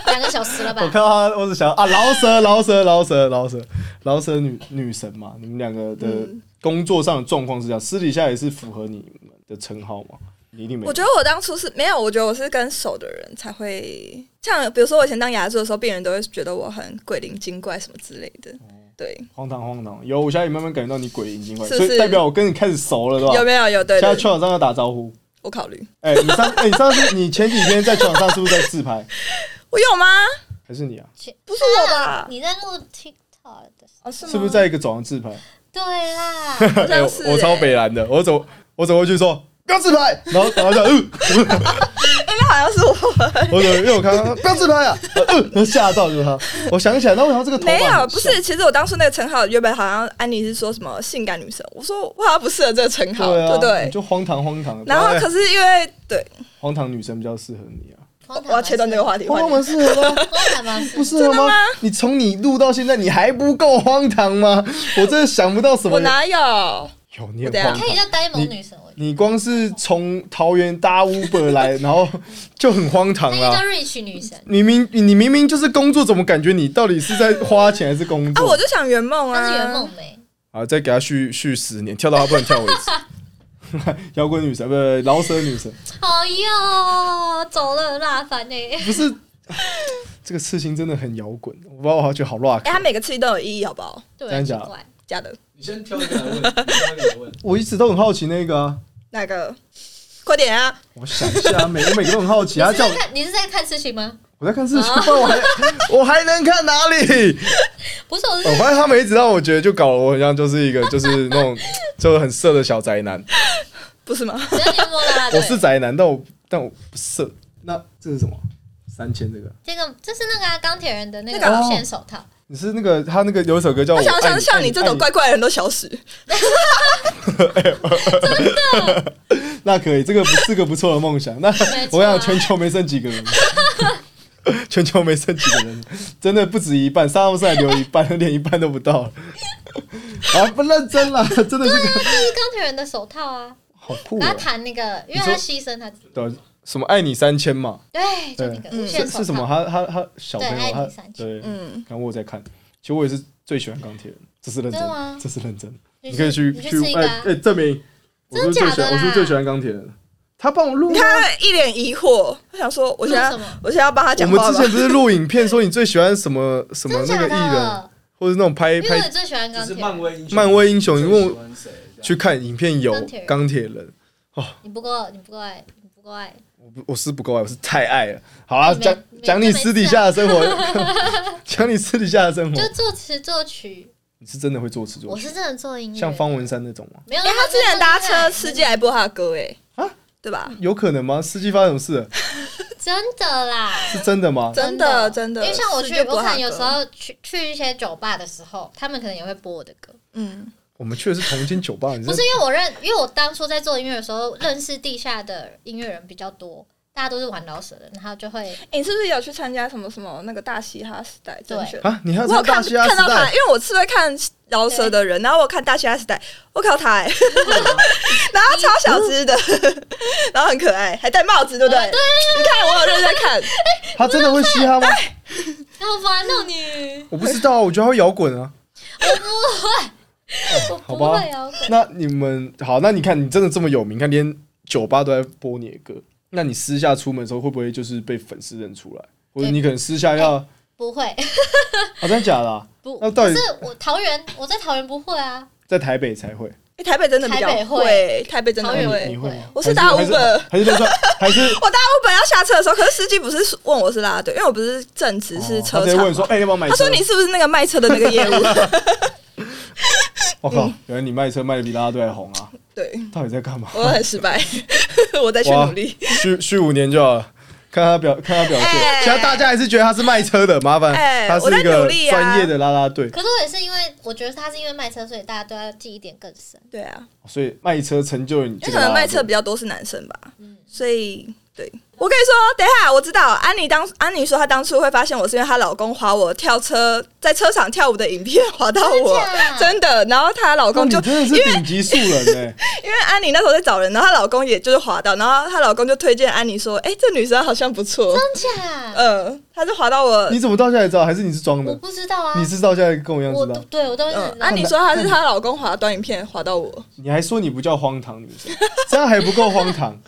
[SPEAKER 3] 两个小时了吧
[SPEAKER 2] 我？看到他，我只想啊，饶舌饶舌饶舌饶舌饶舌女女神嘛，你们两个的
[SPEAKER 1] 嗯
[SPEAKER 2] 工作上的状况是这样，私底下也是符合你们的称号嘛？你一定没
[SPEAKER 1] 我觉得我当初是没有，我觉得我是跟熟的人才会，像比如说我以前当牙助的时候，病人都会觉得我很鬼灵精怪什么之类的。
[SPEAKER 2] 哦
[SPEAKER 1] 对，
[SPEAKER 2] 荒唐荒唐，有我现在也慢慢感觉到你鬼影精怪，
[SPEAKER 1] 是不是
[SPEAKER 2] 所以代表我跟你开始熟了，对吧？
[SPEAKER 1] 有没有有？对
[SPEAKER 2] 现在
[SPEAKER 1] 对，
[SPEAKER 2] 球场上要打招呼。
[SPEAKER 1] 我考虑，
[SPEAKER 2] 哎、你上哎、你上次你前几天在球场上是不是在自拍？
[SPEAKER 1] 我有吗？
[SPEAKER 2] 还是你啊？
[SPEAKER 1] 不是我吧？
[SPEAKER 3] 你在录 TikTok 的时候，
[SPEAKER 1] 哦，是吗？
[SPEAKER 2] 是不是哎在一个走廊自拍？
[SPEAKER 3] 对啦，
[SPEAKER 1] 好像是欸
[SPEAKER 2] 我我超北蓝的，我走我走过去说不要自拍，然后然后就嗯，
[SPEAKER 1] 那好像是我，
[SPEAKER 2] 我因为我看到不要自拍啊，呃吓到就是他，我想起来，那我想这个头发
[SPEAKER 1] 没有，
[SPEAKER 2] 很
[SPEAKER 1] 不
[SPEAKER 2] 像
[SPEAKER 1] 是。其实我当初那个称号原本好像安妮是说什么性感女神，我说我好像不适合这个称号，
[SPEAKER 2] 对
[SPEAKER 1] 对
[SPEAKER 2] 啊，
[SPEAKER 1] 不对？
[SPEAKER 2] 就荒唐荒唐的。
[SPEAKER 1] 然后
[SPEAKER 2] 对
[SPEAKER 1] 可是因为对，
[SPEAKER 2] 荒唐女生比较适合你啊，
[SPEAKER 1] 我我要切断这个话题。
[SPEAKER 2] 荒唐
[SPEAKER 1] 换
[SPEAKER 2] 蛮
[SPEAKER 1] 你
[SPEAKER 2] 适 合吗？
[SPEAKER 3] 荒唐吗？
[SPEAKER 2] 不适合吗？你从你录到现在，你还不够荒唐吗？我真的想不到什么
[SPEAKER 1] 我。哪有？
[SPEAKER 2] 有你很
[SPEAKER 1] 我等一下
[SPEAKER 2] 荒
[SPEAKER 3] 可以
[SPEAKER 2] 唐。
[SPEAKER 3] 叫呆萌女神，我觉得
[SPEAKER 2] 你光是从桃园搭 Uber 来，然后就很荒唐
[SPEAKER 3] 那应该叫
[SPEAKER 2] 啦。
[SPEAKER 3] rich 女神，
[SPEAKER 2] 你明你你明明就是工作，怎么感觉你到底是在花钱还是工
[SPEAKER 1] 啊，我
[SPEAKER 2] 作？
[SPEAKER 1] 就想圆梦啊，
[SPEAKER 3] 她是圆梦梅。
[SPEAKER 2] 啊，再给他续续十年，跳到他不能跳为止。摇滚女神不是饶舌女神，
[SPEAKER 3] 哎呦，走了辣烦哎！
[SPEAKER 2] 不是这个刺青真的很摇滚，我不知道我好觉得好 rock
[SPEAKER 1] 哎、。他每个刺激都有意义，好不好？
[SPEAKER 3] 对，
[SPEAKER 2] 真的
[SPEAKER 3] 很奇
[SPEAKER 2] 假的
[SPEAKER 3] 怪。
[SPEAKER 1] 假的，
[SPEAKER 4] 你先挑一个来问，你挑一个来问。
[SPEAKER 2] 我一直都很好奇那个啊，
[SPEAKER 1] 那个？快点啊！
[SPEAKER 2] 我想一下啊，每我每个都很好奇。
[SPEAKER 3] 你
[SPEAKER 2] 他
[SPEAKER 3] 是
[SPEAKER 2] 叫
[SPEAKER 3] 在
[SPEAKER 2] 我
[SPEAKER 3] 看你是在看事情吗？
[SPEAKER 2] 我在看视 频，不然我还我还能看哪里？
[SPEAKER 3] 不是，我是
[SPEAKER 2] 我发现他们一直让我觉得就搞得我很像就是一个就是那种就是很色的小宅男，
[SPEAKER 1] 不是吗？
[SPEAKER 3] 只要你摸啦啦队
[SPEAKER 2] 我，是宅男，但我但我不色。那这是什么？三千这个？
[SPEAKER 3] 这个这是那个啊钢铁人的那
[SPEAKER 1] 那
[SPEAKER 3] 个
[SPEAKER 1] 个
[SPEAKER 2] 哦
[SPEAKER 3] 无限手 套，
[SPEAKER 2] 你是那个他那个有一首歌叫我
[SPEAKER 1] 我想哎
[SPEAKER 2] 爱
[SPEAKER 1] 想，
[SPEAKER 2] 你
[SPEAKER 1] 像你这种，怪怪的人都消失，
[SPEAKER 2] 爱你那可以，这个不 是个不错的梦想。那
[SPEAKER 3] 没错
[SPEAKER 2] 我
[SPEAKER 3] 啊
[SPEAKER 2] 想全球没剩几个人， 全球没剩几个人，真的不止一半，沙漠赛留一半，连一半都不到了。 啊，不认真啦， 真的是个
[SPEAKER 3] 这是钢铁人的手套啊。
[SPEAKER 2] 好酷
[SPEAKER 3] 然后
[SPEAKER 2] 啊
[SPEAKER 3] 他！弹啊那个，因为
[SPEAKER 2] 你
[SPEAKER 3] 他
[SPEAKER 2] 说
[SPEAKER 3] 牺牲他自己，
[SPEAKER 2] 对，啊什么爱你三千嘛，
[SPEAKER 3] 对，就那个
[SPEAKER 1] 对
[SPEAKER 3] 无限
[SPEAKER 2] 是
[SPEAKER 3] 手套
[SPEAKER 2] 是什么？？他他他小朋
[SPEAKER 3] 对
[SPEAKER 2] 友
[SPEAKER 3] 爱
[SPEAKER 2] 他
[SPEAKER 3] 你三千
[SPEAKER 2] 对，
[SPEAKER 1] 嗯，
[SPEAKER 2] 然后我有在看，其实我也是最喜欢钢铁人，这是认真
[SPEAKER 3] 真的吗
[SPEAKER 2] 的，这是认真的。
[SPEAKER 3] 你
[SPEAKER 2] 你可以去
[SPEAKER 3] 你去吃一个啊
[SPEAKER 2] 哎，哎证明我
[SPEAKER 3] 真的
[SPEAKER 2] 是最
[SPEAKER 3] 假
[SPEAKER 2] 喜
[SPEAKER 3] 的
[SPEAKER 2] 欢，我是
[SPEAKER 3] 啦
[SPEAKER 2] 最喜欢钢铁人的。他帮我录啊，
[SPEAKER 1] 他一脸疑惑，他想说，我现在
[SPEAKER 3] 录什么
[SPEAKER 1] 我现在要 帮他
[SPEAKER 2] 我
[SPEAKER 1] 讲话吧
[SPEAKER 2] 们之前不是录影片说你最喜欢什么什么
[SPEAKER 3] 真
[SPEAKER 2] 那
[SPEAKER 3] 假
[SPEAKER 2] 个艺人，
[SPEAKER 3] 的？
[SPEAKER 2] 或者是那种拍
[SPEAKER 3] 因为我
[SPEAKER 2] 拍
[SPEAKER 3] 最喜欢
[SPEAKER 4] 这
[SPEAKER 3] 钢
[SPEAKER 4] 是
[SPEAKER 3] 铁
[SPEAKER 4] 漫
[SPEAKER 3] 人，
[SPEAKER 4] 威英雄，
[SPEAKER 2] 漫威英雄，你问我
[SPEAKER 4] 我谁？
[SPEAKER 2] 去看影片有
[SPEAKER 3] 钢铁人
[SPEAKER 2] 钢铁人，
[SPEAKER 3] 你不够，你不够爱，你不够爱。
[SPEAKER 2] 我不我是不够啊爱，我是太爱了。好啊，
[SPEAKER 3] 你
[SPEAKER 2] 讲
[SPEAKER 3] 哎没
[SPEAKER 2] 讲
[SPEAKER 3] 没
[SPEAKER 2] 你
[SPEAKER 3] 没
[SPEAKER 2] 私底
[SPEAKER 3] 事
[SPEAKER 2] 下
[SPEAKER 3] 啊
[SPEAKER 2] 的生活， 讲你私底下的生活
[SPEAKER 3] 就，作词作曲，
[SPEAKER 2] 你是真的会作词作
[SPEAKER 3] 我
[SPEAKER 2] 曲
[SPEAKER 3] 是，真的做音乐，
[SPEAKER 2] 像方文山那种吗？
[SPEAKER 3] 没有，
[SPEAKER 1] 哎因为他之前搭车，司机还播他的歌哎、
[SPEAKER 2] 啊
[SPEAKER 1] 对吧？
[SPEAKER 2] 有可能吗？司机发生什么事了？
[SPEAKER 3] 真的啦，
[SPEAKER 2] 是真的 吗？
[SPEAKER 1] 真的真的
[SPEAKER 3] 因为像我
[SPEAKER 1] 司
[SPEAKER 3] 去
[SPEAKER 1] 机，就
[SPEAKER 3] 我
[SPEAKER 1] 播
[SPEAKER 3] 可
[SPEAKER 1] 他
[SPEAKER 3] 能
[SPEAKER 1] 的
[SPEAKER 3] 有
[SPEAKER 1] 歌嗯
[SPEAKER 3] 时候去去一些酒吧的时候，他们可能也会播我的歌。
[SPEAKER 1] 嗯，
[SPEAKER 2] 我们去的是同间酒吧，你
[SPEAKER 3] 不是因为我认，因为我当初在做音乐的时候，认识地下的音乐人比较多，大家都是玩老舍的，然后就 会
[SPEAKER 1] 欸你是不是有去参加什么什么那个大嘻哈时代甄选？
[SPEAKER 2] 啊？你还
[SPEAKER 1] 我有
[SPEAKER 2] 是
[SPEAKER 1] 看
[SPEAKER 2] 大西亚
[SPEAKER 1] 看
[SPEAKER 2] 时
[SPEAKER 1] 到他，
[SPEAKER 2] 代
[SPEAKER 1] 因？为我是会看饶舌的人，然后我看大嘻哈时代，我靠他、欸，然后他超小只的， 然后很可爱，还戴帽子，对不对？
[SPEAKER 3] 呃对
[SPEAKER 1] 你看我有认真看，
[SPEAKER 2] 他真的会嘻哈吗？
[SPEAKER 3] 好烦哦你，
[SPEAKER 2] 我不知道，我觉得他会摇滚啊。
[SPEAKER 3] 我
[SPEAKER 2] 好
[SPEAKER 3] 不
[SPEAKER 2] 吧
[SPEAKER 3] 会摇滚。
[SPEAKER 2] 那你们好，那你看你真的这么有名，你看连酒吧都在播你的歌，那你私下出门的时候会不会就是被粉丝认出来？或者
[SPEAKER 3] 对
[SPEAKER 2] 你可能私下
[SPEAKER 1] 哎
[SPEAKER 2] 要啊？
[SPEAKER 3] 不会，
[SPEAKER 2] 真的假的啊？
[SPEAKER 3] 不，
[SPEAKER 2] 那到
[SPEAKER 3] 可
[SPEAKER 2] 底
[SPEAKER 3] 是我桃园，我在桃园不会啊，
[SPEAKER 2] 在台北才会？
[SPEAKER 1] 欸台北真的比较
[SPEAKER 3] 台北
[SPEAKER 1] 会，台北真的
[SPEAKER 3] 桃园
[SPEAKER 2] 那你
[SPEAKER 1] 会
[SPEAKER 2] 你。会吗？
[SPEAKER 1] 我是打
[SPEAKER 2] 还
[SPEAKER 1] Uber
[SPEAKER 2] 还是还是那算还是
[SPEAKER 1] 我搭 Uber 要下车的时候，可是司机不是问我是拉队，因为我不是正职是
[SPEAKER 2] 哦
[SPEAKER 1] 车
[SPEAKER 2] 他直接
[SPEAKER 1] 厂
[SPEAKER 2] 问
[SPEAKER 1] 嘛
[SPEAKER 2] 说，哎，要不要买车？
[SPEAKER 1] 他说你是不是那个卖车的那个业务？
[SPEAKER 2] 我
[SPEAKER 1] 嗯
[SPEAKER 2] 哦靠，原来你卖车卖的比大家都还红啊！
[SPEAKER 1] 对
[SPEAKER 2] 到底在干嘛？
[SPEAKER 1] 我很失败， 我再去
[SPEAKER 2] 哇
[SPEAKER 1] 努力。
[SPEAKER 2] 续续五年就好了，看他表看他表现。
[SPEAKER 1] 哎
[SPEAKER 2] 其他大家还是觉得他是卖车的，麻烦、
[SPEAKER 1] 哎
[SPEAKER 2] 他是一
[SPEAKER 1] 我在努
[SPEAKER 2] 个
[SPEAKER 1] 力啊
[SPEAKER 2] 专业的啦啦队，
[SPEAKER 3] 可是我也是因为我觉得他是因为卖车，所以大家对他记忆点更深。
[SPEAKER 1] 对啊，
[SPEAKER 2] 所以卖车成就了你
[SPEAKER 1] 因
[SPEAKER 2] 这
[SPEAKER 1] 为可
[SPEAKER 2] 个啦
[SPEAKER 1] 能
[SPEAKER 2] 啦
[SPEAKER 1] 卖车
[SPEAKER 2] 队。
[SPEAKER 1] 比较多是男生吧，
[SPEAKER 3] 嗯
[SPEAKER 1] 所以对我跟你说，哦等一下我知道安妮当安妮说她当初会发现我是因为她老公划我跳车在车场跳舞的影片划到我
[SPEAKER 3] 真假，
[SPEAKER 1] 真的，然后她老
[SPEAKER 2] 哇
[SPEAKER 1] 公
[SPEAKER 2] 你
[SPEAKER 1] 就
[SPEAKER 2] 真的是顶级素人哎、
[SPEAKER 1] 因为安妮那时候在找人，然后她老公也就是滑到，然后她老公就推荐安妮说：“哎、这女生好像不错。
[SPEAKER 3] 真假”？
[SPEAKER 1] 嗯，她就滑到我
[SPEAKER 2] 你，怎么到现在才知道？还是你是装
[SPEAKER 3] 我
[SPEAKER 2] 的？
[SPEAKER 3] 不知道啊，
[SPEAKER 2] 你是到现在跟我一样
[SPEAKER 3] 我
[SPEAKER 2] 知
[SPEAKER 3] 都
[SPEAKER 2] 道？
[SPEAKER 3] 对我都
[SPEAKER 1] 嗯，
[SPEAKER 3] 是
[SPEAKER 1] 安妮说她是她老公滑短影片滑到 我。
[SPEAKER 2] 你还说你不叫荒唐女生， 这样还不够荒唐，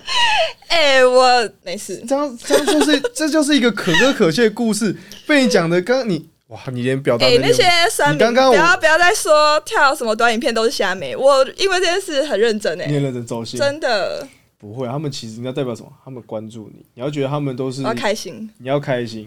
[SPEAKER 1] 哎、我没事，
[SPEAKER 2] 这样这样就是这就是一个可歌可泣的故事，被你讲的刚你哇，你连表达
[SPEAKER 1] 给
[SPEAKER 2] 能力
[SPEAKER 1] 哎那
[SPEAKER 2] 都没有
[SPEAKER 1] 些酸
[SPEAKER 2] 哎你
[SPEAKER 1] 民，
[SPEAKER 2] 刚
[SPEAKER 1] 不
[SPEAKER 2] 刚我
[SPEAKER 1] 要不要再说跳什么短影片都是瞎美，我因为这件事很认真哎、
[SPEAKER 2] 你也认真走心，
[SPEAKER 1] 真的，
[SPEAKER 2] 不会，他们其实你要代表什么？他们关注你，你要觉得他们都是
[SPEAKER 1] 我要开心。
[SPEAKER 2] 你要开心，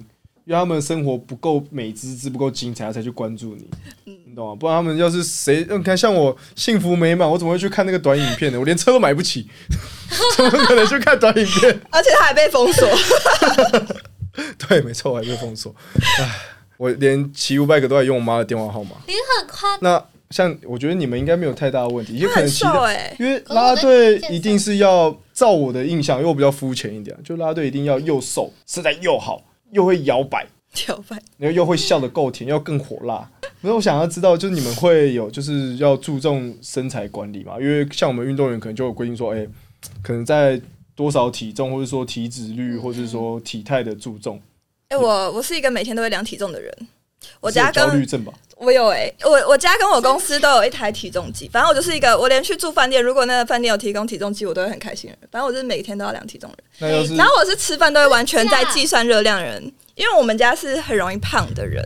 [SPEAKER 2] 因为他们生活不够美滋滋，不够精彩，他才去关注你，
[SPEAKER 1] 嗯
[SPEAKER 2] 你懂吗？不然他们要是谁，你看像我幸福美满，我怎么会去看那个短影片呢？我连车都买不起， 怎么可能去看短影片？
[SPEAKER 1] 而且他还被封锁，
[SPEAKER 2] 对，没错，我还被封锁。唉，我连骑 U bike 都在用我妈的电话号码。
[SPEAKER 3] 你很宽，
[SPEAKER 2] 那像我觉得你们应该没有太大的问题，
[SPEAKER 1] 他
[SPEAKER 2] 也可能
[SPEAKER 1] 很
[SPEAKER 2] 骑
[SPEAKER 1] 瘦
[SPEAKER 2] 的，
[SPEAKER 1] 哎、
[SPEAKER 2] 因为啦啦队一定是要照我的印象，因为我比较肤浅一点，就啦啦队一定要又瘦，身材又好，又会摇摆，
[SPEAKER 1] 九百
[SPEAKER 2] 然后又会笑得够甜，要更火辣。没有，我想要知道，就是你们会有就是要注重身材管理嘛？因为像我们运动员可能就有规定说，哎、可能在多少体重，或者说体脂率，或者是说体态的注重，
[SPEAKER 1] 哎、我我是一个每天都会量体重的人。我
[SPEAKER 2] 是有
[SPEAKER 1] 家
[SPEAKER 2] 焦虑
[SPEAKER 1] 跟
[SPEAKER 2] 症吧？
[SPEAKER 1] 我有哎、我我家跟我公司都有一台体重机，反正我就是一个，我连去住饭店，如果那个饭店有提供体重机，我都会很开心的人。反正我就是每天都要量体重的人，
[SPEAKER 2] 那要是
[SPEAKER 1] 然后我是吃饭都会完全在计算热量的人，因为我们家是很容易胖的人，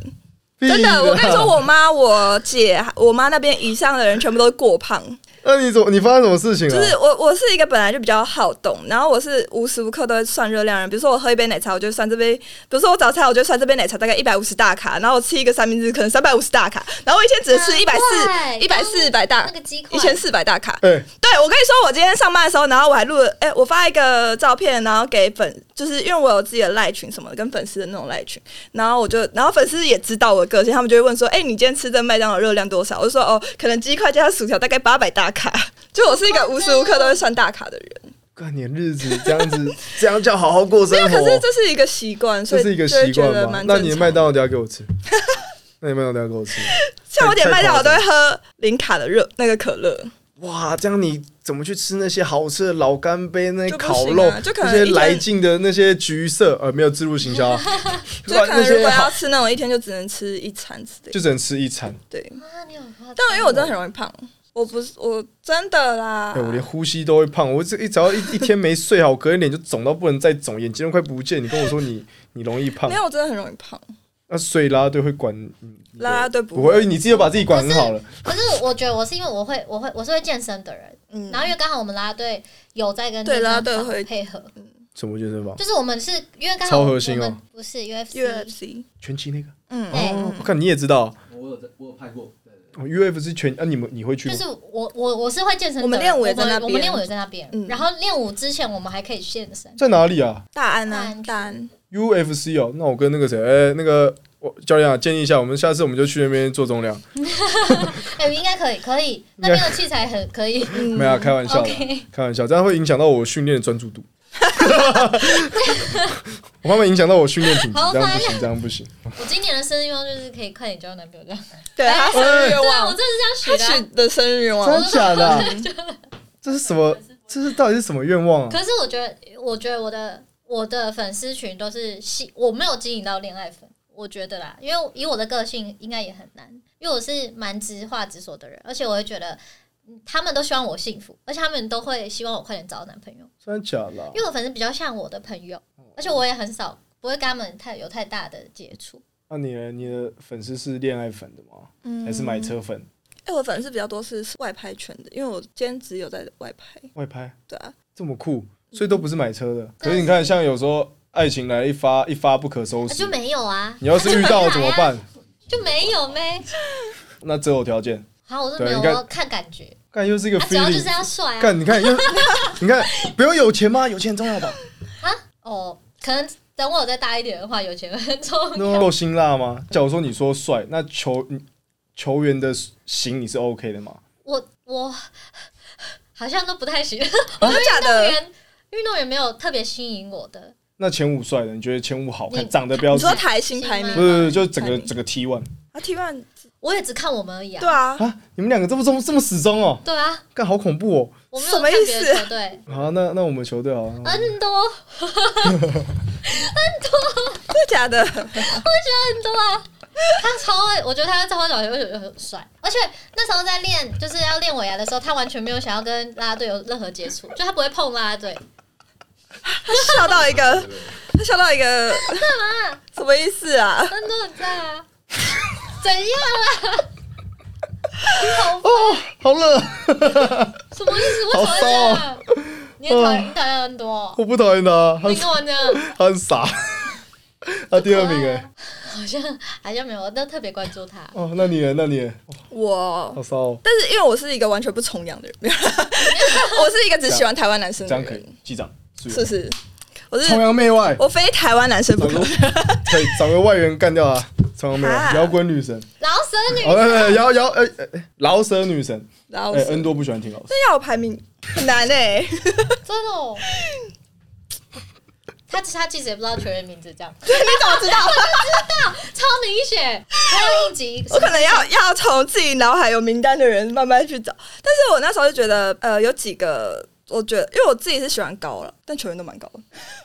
[SPEAKER 1] 真 的。我跟你说，我妈、我姐、我妈那边以上的人全部都是过胖，
[SPEAKER 2] 那你怎么你发生什么事情了、啊
[SPEAKER 1] 就是我，我是一个本来就比较好动，然后我是无时无刻都会算热量的人。比如说我喝一杯奶茶，我就算这杯；比如说我早餐，我就算这杯奶茶大概一百五十大卡，然后我吃一个三明治可能三百五十大卡，然后我以前只
[SPEAKER 3] 啊
[SPEAKER 1] 吃一百四、一百四百大
[SPEAKER 3] 那，个鸡块，
[SPEAKER 1] 一千四百大卡。
[SPEAKER 2] 哎、
[SPEAKER 1] 对，我跟你说，我今天上班的时候，然后我还录了，哎、我发一个照片，然后给粉，就是因为我有自己的赖群什么的，跟粉丝的那种赖群，然后我就，然后粉丝也知道我的个性，他们就会问说，哎、你今天吃这麦当劳热量多少？我就说，哦，可能鸡块加上薯条大概八百大卡， 就我是一个无时无刻都会算大卡的人，
[SPEAKER 2] 干你的日子这样子， 这样叫好好过生活。
[SPEAKER 1] 可是这是一个习惯，所
[SPEAKER 2] 哦这
[SPEAKER 1] 以
[SPEAKER 2] 是一个
[SPEAKER 1] 就会
[SPEAKER 2] 习
[SPEAKER 1] 觉得
[SPEAKER 2] 惯吧
[SPEAKER 1] 蛮？
[SPEAKER 2] 那
[SPEAKER 1] 正
[SPEAKER 2] 你的
[SPEAKER 1] 常
[SPEAKER 2] 麦当劳等一下给 我吃，那你麦当劳等一下给我吃。
[SPEAKER 1] 像我点
[SPEAKER 2] 太
[SPEAKER 1] 麦当劳
[SPEAKER 2] 太夸
[SPEAKER 1] 都
[SPEAKER 2] 张
[SPEAKER 1] 会喝零卡的热那个可乐，
[SPEAKER 2] 哇，这样你怎么去吃那些好吃的老干杯、那些
[SPEAKER 1] 就不
[SPEAKER 2] 烤
[SPEAKER 1] 行
[SPEAKER 2] 肉、
[SPEAKER 1] 啊就可
[SPEAKER 2] 那
[SPEAKER 1] 能
[SPEAKER 2] 些
[SPEAKER 1] 一天
[SPEAKER 2] 来劲的那些橘色？呃，没有自入行销、啊，
[SPEAKER 1] 就可
[SPEAKER 2] 那
[SPEAKER 1] 能如
[SPEAKER 2] 些
[SPEAKER 1] 果要
[SPEAKER 2] 好
[SPEAKER 1] 吃那种一天就只能吃一餐之类的，
[SPEAKER 2] 就只能吃一餐。
[SPEAKER 1] 对。
[SPEAKER 3] 啊，你有夸张
[SPEAKER 1] 但因为我真的很容易胖，我不是我真的啦。
[SPEAKER 2] 哎、我连呼吸都会胖，我这一只要一一天没睡好，隔天脸就肿到不能再肿，眼睛都快不见。你跟我说你 你容易胖
[SPEAKER 1] 没，有，我真的很容易胖。
[SPEAKER 2] 那所以啦啦队会管你的
[SPEAKER 1] 啦啦队不
[SPEAKER 2] 不会，哎你自己就把自己管很
[SPEAKER 3] 可是
[SPEAKER 2] 好了。
[SPEAKER 3] 可是我觉得我是因为我会，我会我是会健身的人，
[SPEAKER 1] 嗯
[SPEAKER 3] 然后因为刚好我们啦啦队有在跟
[SPEAKER 1] 对
[SPEAKER 3] 健身
[SPEAKER 1] 啦啦队
[SPEAKER 3] 房
[SPEAKER 1] 会
[SPEAKER 3] 配合，
[SPEAKER 2] 什么健身房？
[SPEAKER 3] 就是我们是因为刚好
[SPEAKER 2] 超
[SPEAKER 3] 我
[SPEAKER 2] 核心哦
[SPEAKER 3] 们不是 UFC，
[SPEAKER 1] UFC，
[SPEAKER 2] 拳击那个？
[SPEAKER 1] 嗯，
[SPEAKER 3] 对
[SPEAKER 2] 哦，我看你也知道
[SPEAKER 4] 我有在，我有拍过，对对对，
[SPEAKER 2] 哦，UF 是拳啊，你们你会去
[SPEAKER 3] 就
[SPEAKER 2] 吗？
[SPEAKER 3] 是我我我是会健身的人，
[SPEAKER 1] 我们练舞也在那
[SPEAKER 3] 我们我们
[SPEAKER 1] 边
[SPEAKER 3] 练舞也在那边，
[SPEAKER 1] 嗯
[SPEAKER 3] 然后练舞之前我们还可以去健 身，
[SPEAKER 2] 在哪里啊
[SPEAKER 1] 大安啊，大
[SPEAKER 3] 大
[SPEAKER 1] 安，
[SPEAKER 2] ？UFC 哦，那我跟那个谁，哎，那个我教练啊，建议一下，我们下次我们就去那边做重量，
[SPEAKER 3] 哎、应该可以可以，那边的器材很可以，
[SPEAKER 2] 没有啊开玩 笑的
[SPEAKER 3] 嗯 OK，
[SPEAKER 2] 开玩笑，这样会影响到我训练的专注度。 我怕会影响到我训练品质
[SPEAKER 3] 好，
[SPEAKER 2] 这样不
[SPEAKER 3] 烦
[SPEAKER 2] 行，这样不行。
[SPEAKER 3] 我今年的生日愿望就是可以快点交男朋友这样，
[SPEAKER 1] 对他生日愿
[SPEAKER 3] 对啊，我
[SPEAKER 1] 望，
[SPEAKER 3] 真的是这
[SPEAKER 1] 哎他
[SPEAKER 3] 样许的啊、
[SPEAKER 1] 许的生日愿望，
[SPEAKER 2] 的假的啊？这是什么？这是到底是什么愿望啊？
[SPEAKER 3] 可是我觉得，我觉得我的我的粉丝群都是吸，我没有经营到恋爱粉，我觉得啦，因为以我的个性应该也很难，因为我是蛮直话直说的人，而且我会觉得。嗯他们都希望我幸福，而且他们都会希望我快点找到男朋友，
[SPEAKER 2] 真的假的啊？
[SPEAKER 3] 因为我粉丝比较像我的朋友，而且我也很少不会跟他们太有太大的接触。
[SPEAKER 2] 那你的你的粉丝是恋爱粉的吗？
[SPEAKER 1] 嗯
[SPEAKER 2] 还是买？车粉？
[SPEAKER 1] 哎，我粉丝比较多是外拍圈的，因为我兼职有在外拍，
[SPEAKER 2] 外拍？
[SPEAKER 1] 对啊，
[SPEAKER 2] 这么酷，所以都不是买车的。可
[SPEAKER 3] 对
[SPEAKER 2] 是你看，像有时候爱情来一发一发不可收
[SPEAKER 3] 啊
[SPEAKER 2] 拾
[SPEAKER 3] 就，没有啊，
[SPEAKER 2] 你要是遇到怎么办？
[SPEAKER 3] 就没有呗。
[SPEAKER 2] 那择偶条件，
[SPEAKER 3] 好，我是
[SPEAKER 2] 对
[SPEAKER 3] 没有，
[SPEAKER 2] 你看
[SPEAKER 3] 我看感觉，
[SPEAKER 2] 看又是一个
[SPEAKER 3] 啊，主要就是
[SPEAKER 2] feeling。
[SPEAKER 3] 要帅啊。
[SPEAKER 2] 看，你 看，又你看，不用有钱吗？有钱很重要吧？
[SPEAKER 3] 哦，可能等我再大一点的话，有钱很重要。
[SPEAKER 2] 那够辛辣吗？假如说你说帅，那球球员的型你是 OK 的吗？
[SPEAKER 3] 我我好像都不太行，
[SPEAKER 1] 真的假
[SPEAKER 3] 运动
[SPEAKER 1] 的？
[SPEAKER 3] 员运动员没有特别吸引我的。
[SPEAKER 2] 那前五帅的，你觉得前五好看，
[SPEAKER 3] 你
[SPEAKER 2] 长得标
[SPEAKER 1] 你
[SPEAKER 2] 志
[SPEAKER 1] 说？台新排
[SPEAKER 2] 不
[SPEAKER 1] 名
[SPEAKER 3] 吗
[SPEAKER 2] 是，不是就整个
[SPEAKER 1] 排名
[SPEAKER 2] 整个 T one
[SPEAKER 1] 啊？T one
[SPEAKER 3] 我也只看我们而已啊。
[SPEAKER 1] 对啊，
[SPEAKER 2] 啊？你们两个这么这么这么死忠哦？
[SPEAKER 3] 对啊，
[SPEAKER 2] 干好恐怖哦！
[SPEAKER 3] 我没
[SPEAKER 1] 什
[SPEAKER 3] 有
[SPEAKER 1] 么
[SPEAKER 3] 看
[SPEAKER 1] 意
[SPEAKER 3] 别
[SPEAKER 1] 思
[SPEAKER 3] 的球队。
[SPEAKER 2] 好，那那我们球队好了，啊
[SPEAKER 3] 很多，
[SPEAKER 1] 真的假的？
[SPEAKER 3] 很多啊！他超会，我觉得他在超会小球就很帅，而且那时候在练，就是要练尾牙的时候，他完全没有想要跟啦啦队有任何接触，就他不会碰啦啦队，
[SPEAKER 1] 他笑到一个，他笑到一个，
[SPEAKER 3] 干嘛？
[SPEAKER 1] 什么意思啊？
[SPEAKER 3] 很多很赞啊！怎样啊啦？好
[SPEAKER 2] 好热。
[SPEAKER 3] 什么意思？为什么会这
[SPEAKER 2] 好
[SPEAKER 3] 样？
[SPEAKER 1] 嗯
[SPEAKER 3] 你也讨厌你讨厌很多哦，
[SPEAKER 2] 我不讨厌他，他
[SPEAKER 3] 你跟我这样，
[SPEAKER 2] 他很傻。他第二名哎、
[SPEAKER 3] 好像好像没有，我都特别关注他。
[SPEAKER 2] 哦，那你呢？那你呢
[SPEAKER 1] 我
[SPEAKER 2] 好骚哦，
[SPEAKER 1] 但是因为我是一个完全不崇洋的人， 没有啦我是一个只喜欢台湾男生
[SPEAKER 2] 这
[SPEAKER 1] 的
[SPEAKER 2] 样可以
[SPEAKER 1] 人，，
[SPEAKER 2] 机长注意
[SPEAKER 1] 是不是？ 我是
[SPEAKER 2] 崇哎洋媚外，
[SPEAKER 1] 我非台湾男生不
[SPEAKER 2] 找
[SPEAKER 1] 可
[SPEAKER 2] 个可以找个外援干掉他，崇洋媚外，
[SPEAKER 1] 啊
[SPEAKER 2] 摇滚女神，
[SPEAKER 3] 老舍女
[SPEAKER 2] 哦，对对，摇摇呃呃饶舌女神，
[SPEAKER 1] 然后
[SPEAKER 2] 哎，恩多不喜欢听饶舌，
[SPEAKER 1] 那要我排名很难哎、
[SPEAKER 3] 真的、哦，他他其实也不知道全人名字，这样
[SPEAKER 1] 你怎么知道？
[SPEAKER 3] 超明显。还有一集，
[SPEAKER 1] 我可能要要从自己脑海有名单的人慢慢去找。但是我那时候就觉得，呃，有几个，我觉得，因为我自己是喜欢高了，但球员都蛮高的，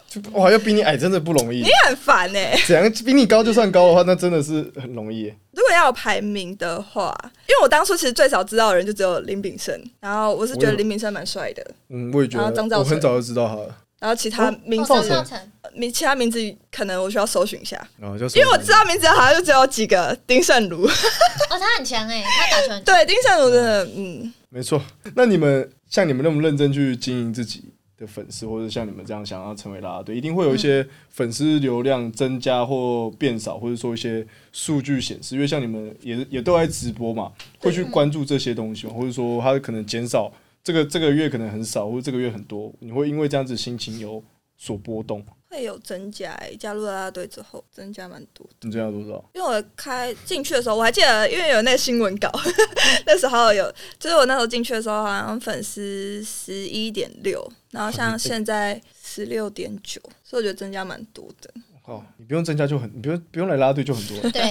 [SPEAKER 2] 就哇要比你矮真的不容易
[SPEAKER 1] 你，很烦哎、
[SPEAKER 2] 怎样比你高就算高的话，那真的是很容易。
[SPEAKER 1] 如果要有排名的话，因为我当初其实最少知道的人就只有林炳生，然后我是觉得林炳生蛮帅的，
[SPEAKER 2] 嗯，我也觉
[SPEAKER 1] 然后张
[SPEAKER 2] 得，
[SPEAKER 1] 兆
[SPEAKER 2] 我
[SPEAKER 1] 成
[SPEAKER 2] 很早就知道他了，
[SPEAKER 1] 然后其他名
[SPEAKER 3] 哦
[SPEAKER 1] 字
[SPEAKER 3] 张
[SPEAKER 2] 放谁
[SPEAKER 3] 兆成，
[SPEAKER 1] 呃名、其他名字可能我需要搜寻一下，
[SPEAKER 2] 然后就
[SPEAKER 1] 因为我知道名字好像就只有几个，丁胜 儒，
[SPEAKER 3] 哦，他很强哎、他打球很强。
[SPEAKER 1] 对，丁胜儒真的，嗯，
[SPEAKER 2] 没错。那你们像你们那么认真去经营自己的粉丝，或者像你们这样想要成为啦啦队，一定会有一些粉丝流量增加或变少，或者说一些数据显示，因为像你们也也都在直播嘛，会去关注这些东西吗，或者说它可能减少这个这个月可能很少，或者这个月很多，你会因为这样子心情有所波动？
[SPEAKER 1] 会有增加、欸，加入啦啦队之后增加蛮多
[SPEAKER 2] 你这样多少？
[SPEAKER 1] 因为我开进去的时候，我还记得，因为有那个新闻稿， 那时候有，就是我那时候进去的时候，好像粉丝十一点六，然后
[SPEAKER 2] 哦
[SPEAKER 1] 像现在十六点九，所以我觉得增加蛮多的，
[SPEAKER 2] 哦，你不用增加就很，你不用不用来啦啦队就很多了。
[SPEAKER 3] 对，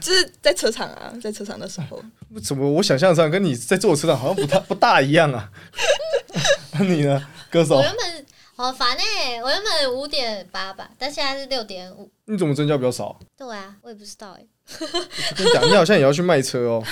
[SPEAKER 1] 就是在车场啊，在车场的时候，
[SPEAKER 2] 怎么我想象上跟你在坐我车上好像不大不大一样啊？ 那你呢，歌手
[SPEAKER 3] 我？原本好烦哎、我原本五点八吧，但现在是六点五。
[SPEAKER 2] 你怎么增加比较少？
[SPEAKER 3] 对啊，我也不知道哎、
[SPEAKER 2] 我跟你讲，你好像也要去卖车哦，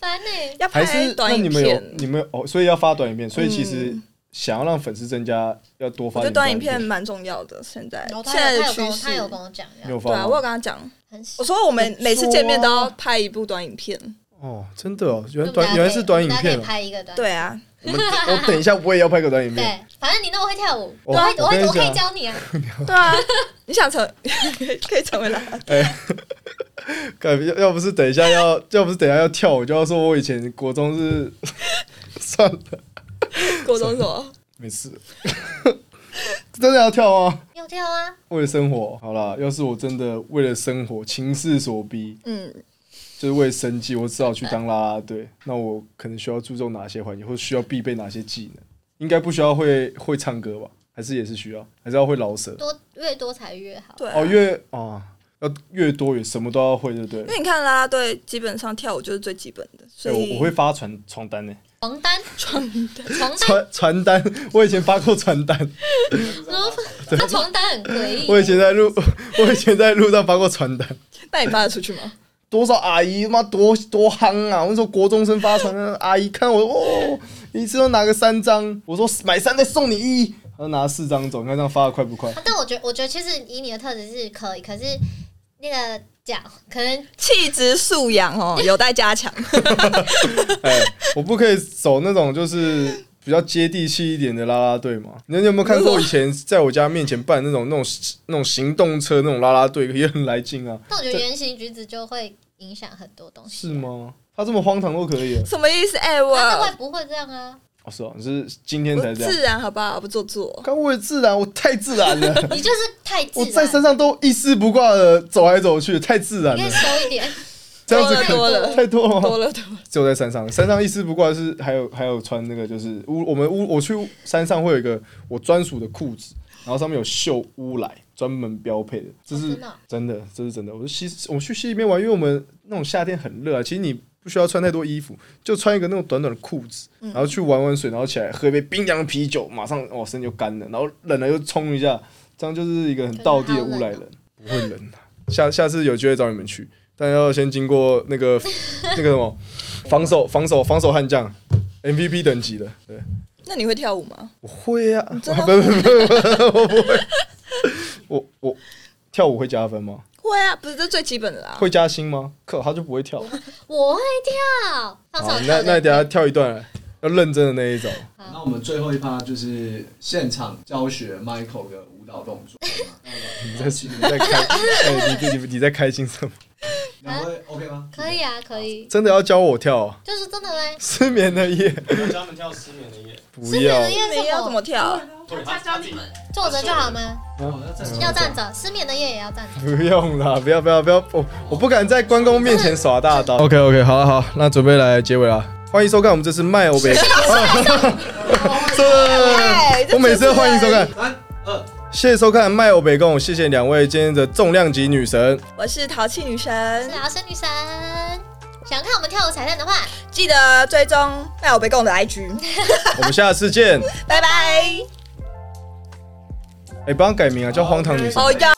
[SPEAKER 3] 烦哎、
[SPEAKER 1] 要
[SPEAKER 2] 还
[SPEAKER 1] 拍
[SPEAKER 2] 是
[SPEAKER 1] 短
[SPEAKER 2] 那
[SPEAKER 1] 影
[SPEAKER 2] 你们有
[SPEAKER 1] 片，
[SPEAKER 2] 你们有哦，所以要发短影片，所以其实
[SPEAKER 1] 嗯
[SPEAKER 2] 想要让粉丝增加，要多
[SPEAKER 1] 我
[SPEAKER 2] 发
[SPEAKER 1] 觉得
[SPEAKER 2] 点
[SPEAKER 1] 短影
[SPEAKER 2] 影
[SPEAKER 1] 片。蛮重要的，现在
[SPEAKER 3] 然后
[SPEAKER 1] 现
[SPEAKER 3] 哦他
[SPEAKER 1] 在
[SPEAKER 3] 有
[SPEAKER 1] 的
[SPEAKER 3] 他有跟
[SPEAKER 1] 趋
[SPEAKER 3] 我
[SPEAKER 1] 势
[SPEAKER 3] 他，有跟我讲，
[SPEAKER 2] 你有
[SPEAKER 3] 要
[SPEAKER 2] 发
[SPEAKER 1] 对啊，
[SPEAKER 2] 吗
[SPEAKER 1] 我有跟他讲，
[SPEAKER 3] 很喜
[SPEAKER 1] 我说嗯我们
[SPEAKER 2] 不错啊
[SPEAKER 1] 每次见面都要拍一部短影片，
[SPEAKER 2] 哦，真的哦，原来
[SPEAKER 3] 就
[SPEAKER 2] 短
[SPEAKER 3] 大家可以
[SPEAKER 2] 原来是短影
[SPEAKER 3] 大家
[SPEAKER 2] 片
[SPEAKER 3] 可以
[SPEAKER 2] 哦。
[SPEAKER 3] 拍一个短。
[SPEAKER 1] 对啊，
[SPEAKER 2] 我们我等一下我也要拍个短影片。
[SPEAKER 3] 对，反正你那么会跳舞，
[SPEAKER 2] 哦
[SPEAKER 3] 我会我
[SPEAKER 2] 我跟
[SPEAKER 3] 会
[SPEAKER 2] 你
[SPEAKER 3] 我可以
[SPEAKER 2] 讲
[SPEAKER 3] 教你啊。
[SPEAKER 1] 对啊，你想成 可以可以成为啦啦
[SPEAKER 2] 哎 干要要不是等一下要，要不是等一下要跳，我就要说我以前国中是 算了，
[SPEAKER 1] 国中什么？
[SPEAKER 2] 没事。 真的要跳吗？
[SPEAKER 3] 要跳啊，
[SPEAKER 2] 为了生活，好啦，要是我真的为了生活，情势所逼，
[SPEAKER 1] 嗯。
[SPEAKER 2] 就是为了生计，我只好去当啦啦队。那我可能需要注重哪些环节，或需要必备哪些技能？应该不需要会会唱歌吧？还是也是需要？还是要会饶舌？
[SPEAKER 3] 多越多才越好。
[SPEAKER 1] 对啊、
[SPEAKER 2] 哦，越啊，要越多越什么都要会，对不对
[SPEAKER 1] 因？为你看啦啦队基本上跳舞就是最基本的，所
[SPEAKER 2] 哎、
[SPEAKER 1] 以、
[SPEAKER 2] 我我会发传传单呢、
[SPEAKER 3] 床单，床单，床
[SPEAKER 2] 传传单， 我以前发过传单，
[SPEAKER 3] 单，他床单很诡异。
[SPEAKER 2] 我以前在路， 我以前在路上发过传单。
[SPEAKER 1] 那你发得出去 吗？
[SPEAKER 2] 多少阿姨妈多多夯啊！我那时候国中生发传单，阿姨看我哦，一次都拿个三张，我说买三再送你一，她就拿四张走，你看这样发的快不快？
[SPEAKER 3] 但我觉得，我觉得其实以你的特质是可以，可是那个讲可能
[SPEAKER 1] 气质素养哦，有待加强。
[SPEAKER 2] 哎、我不可以走那种就是比较接地气一点的啦啦队嘛？你有没有看过以前在我家面前办那种那种那种行动车那种啦啦队也很来劲啊？
[SPEAKER 3] 但我觉得言行举止就会影响很多东西。
[SPEAKER 2] 是吗？他这么荒唐都可以了
[SPEAKER 1] 什么意思？哎、我
[SPEAKER 3] 他会不会这样啊？
[SPEAKER 2] 哦，是哦，你是今天才
[SPEAKER 1] 我
[SPEAKER 2] 这样。
[SPEAKER 1] 自然好不好？不做 作。
[SPEAKER 2] 刚我也自然，我太自然了，
[SPEAKER 3] 你就是太自
[SPEAKER 2] 我
[SPEAKER 3] 然，
[SPEAKER 2] 在身上都一丝不挂的走来走去，太自然
[SPEAKER 3] 你
[SPEAKER 2] 了
[SPEAKER 3] 可以。收一 点。
[SPEAKER 2] 这样子可以
[SPEAKER 1] 多了多了
[SPEAKER 2] 太多了吗？
[SPEAKER 1] 多了多了，
[SPEAKER 2] 只有在山上，山上一丝不挂是还有还有穿那个就是乌，我们乌我去山上会有一个我专属的裤子，然后上面有绣乌来，专门标配的，这是
[SPEAKER 3] 真的哦
[SPEAKER 2] 真的，这是真的。我是西我们去西里面玩，因为我们那种夏天很热啊，其实你不需要穿太多衣服，就穿一个那种短短的裤子，然后去玩玩水，然后起来喝一杯冰凉的啤酒，马上哦身就干了，然后冷了又冲一下，这样就是一个很道地的乌来人，不会冷的。下下次有机会找你们去，但要先经过那个那个什么防守防守防守悍将 MVP 等级的，对，
[SPEAKER 1] 那你会跳舞吗？
[SPEAKER 2] 我会啊，
[SPEAKER 1] 真的
[SPEAKER 2] 不不不不不，我不会，我我跳舞会加分吗？
[SPEAKER 1] 会啊，不是这最基本的啦。
[SPEAKER 2] 会加薪吗？可他就不会跳。
[SPEAKER 3] 我会跳，放手
[SPEAKER 2] 好，
[SPEAKER 3] 跳
[SPEAKER 2] 那
[SPEAKER 3] 的
[SPEAKER 2] 那等一下跳一段来，要认真的那一种。
[SPEAKER 4] 那我们最后一趴就是现场教学 Michael 的舞蹈。导动作，
[SPEAKER 2] 你在你在开，哎，你你你在开心什么？
[SPEAKER 4] 两位 OK 吗？
[SPEAKER 3] 可以啊，可以，
[SPEAKER 2] 真的要教我跳、哦、
[SPEAKER 3] 就是真的嘞。
[SPEAKER 2] 失眠的夜？
[SPEAKER 5] 要教他们跳失眠的夜，
[SPEAKER 2] 不
[SPEAKER 3] 失眠
[SPEAKER 2] 要
[SPEAKER 3] 的，夜
[SPEAKER 1] 你要
[SPEAKER 3] 是
[SPEAKER 1] 怎
[SPEAKER 3] 怎
[SPEAKER 1] 么
[SPEAKER 3] 么
[SPEAKER 1] 跳？
[SPEAKER 5] 对，他
[SPEAKER 6] 他教
[SPEAKER 5] 他
[SPEAKER 6] 你
[SPEAKER 5] 自己
[SPEAKER 6] 们，
[SPEAKER 3] 坐着就好吗？
[SPEAKER 5] 哦
[SPEAKER 4] 好，要站
[SPEAKER 3] 要站着，失眠的夜也要站着。
[SPEAKER 2] 不用啦，不要不要不要，我我不敢在关公面前耍大刀。OK OK，好了、好，那准备来结尾了。欢迎收看我们这次麦欧北，
[SPEAKER 1] 哎
[SPEAKER 2] 这我每次都欢迎收看，
[SPEAKER 4] 三二，
[SPEAKER 2] 谢谢收看麦欧北共，谢谢两位今天的重量级女神，
[SPEAKER 1] 我是淘气女神
[SPEAKER 3] 是，啊，生女神。想看我们跳舞彩蛋的话，
[SPEAKER 1] 记得追踪麦我被供的 IG，
[SPEAKER 2] 我们下次见。
[SPEAKER 1] 拜拜。
[SPEAKER 2] 哎、帮她改名啊，叫荒唐女神。
[SPEAKER 1] 哦要。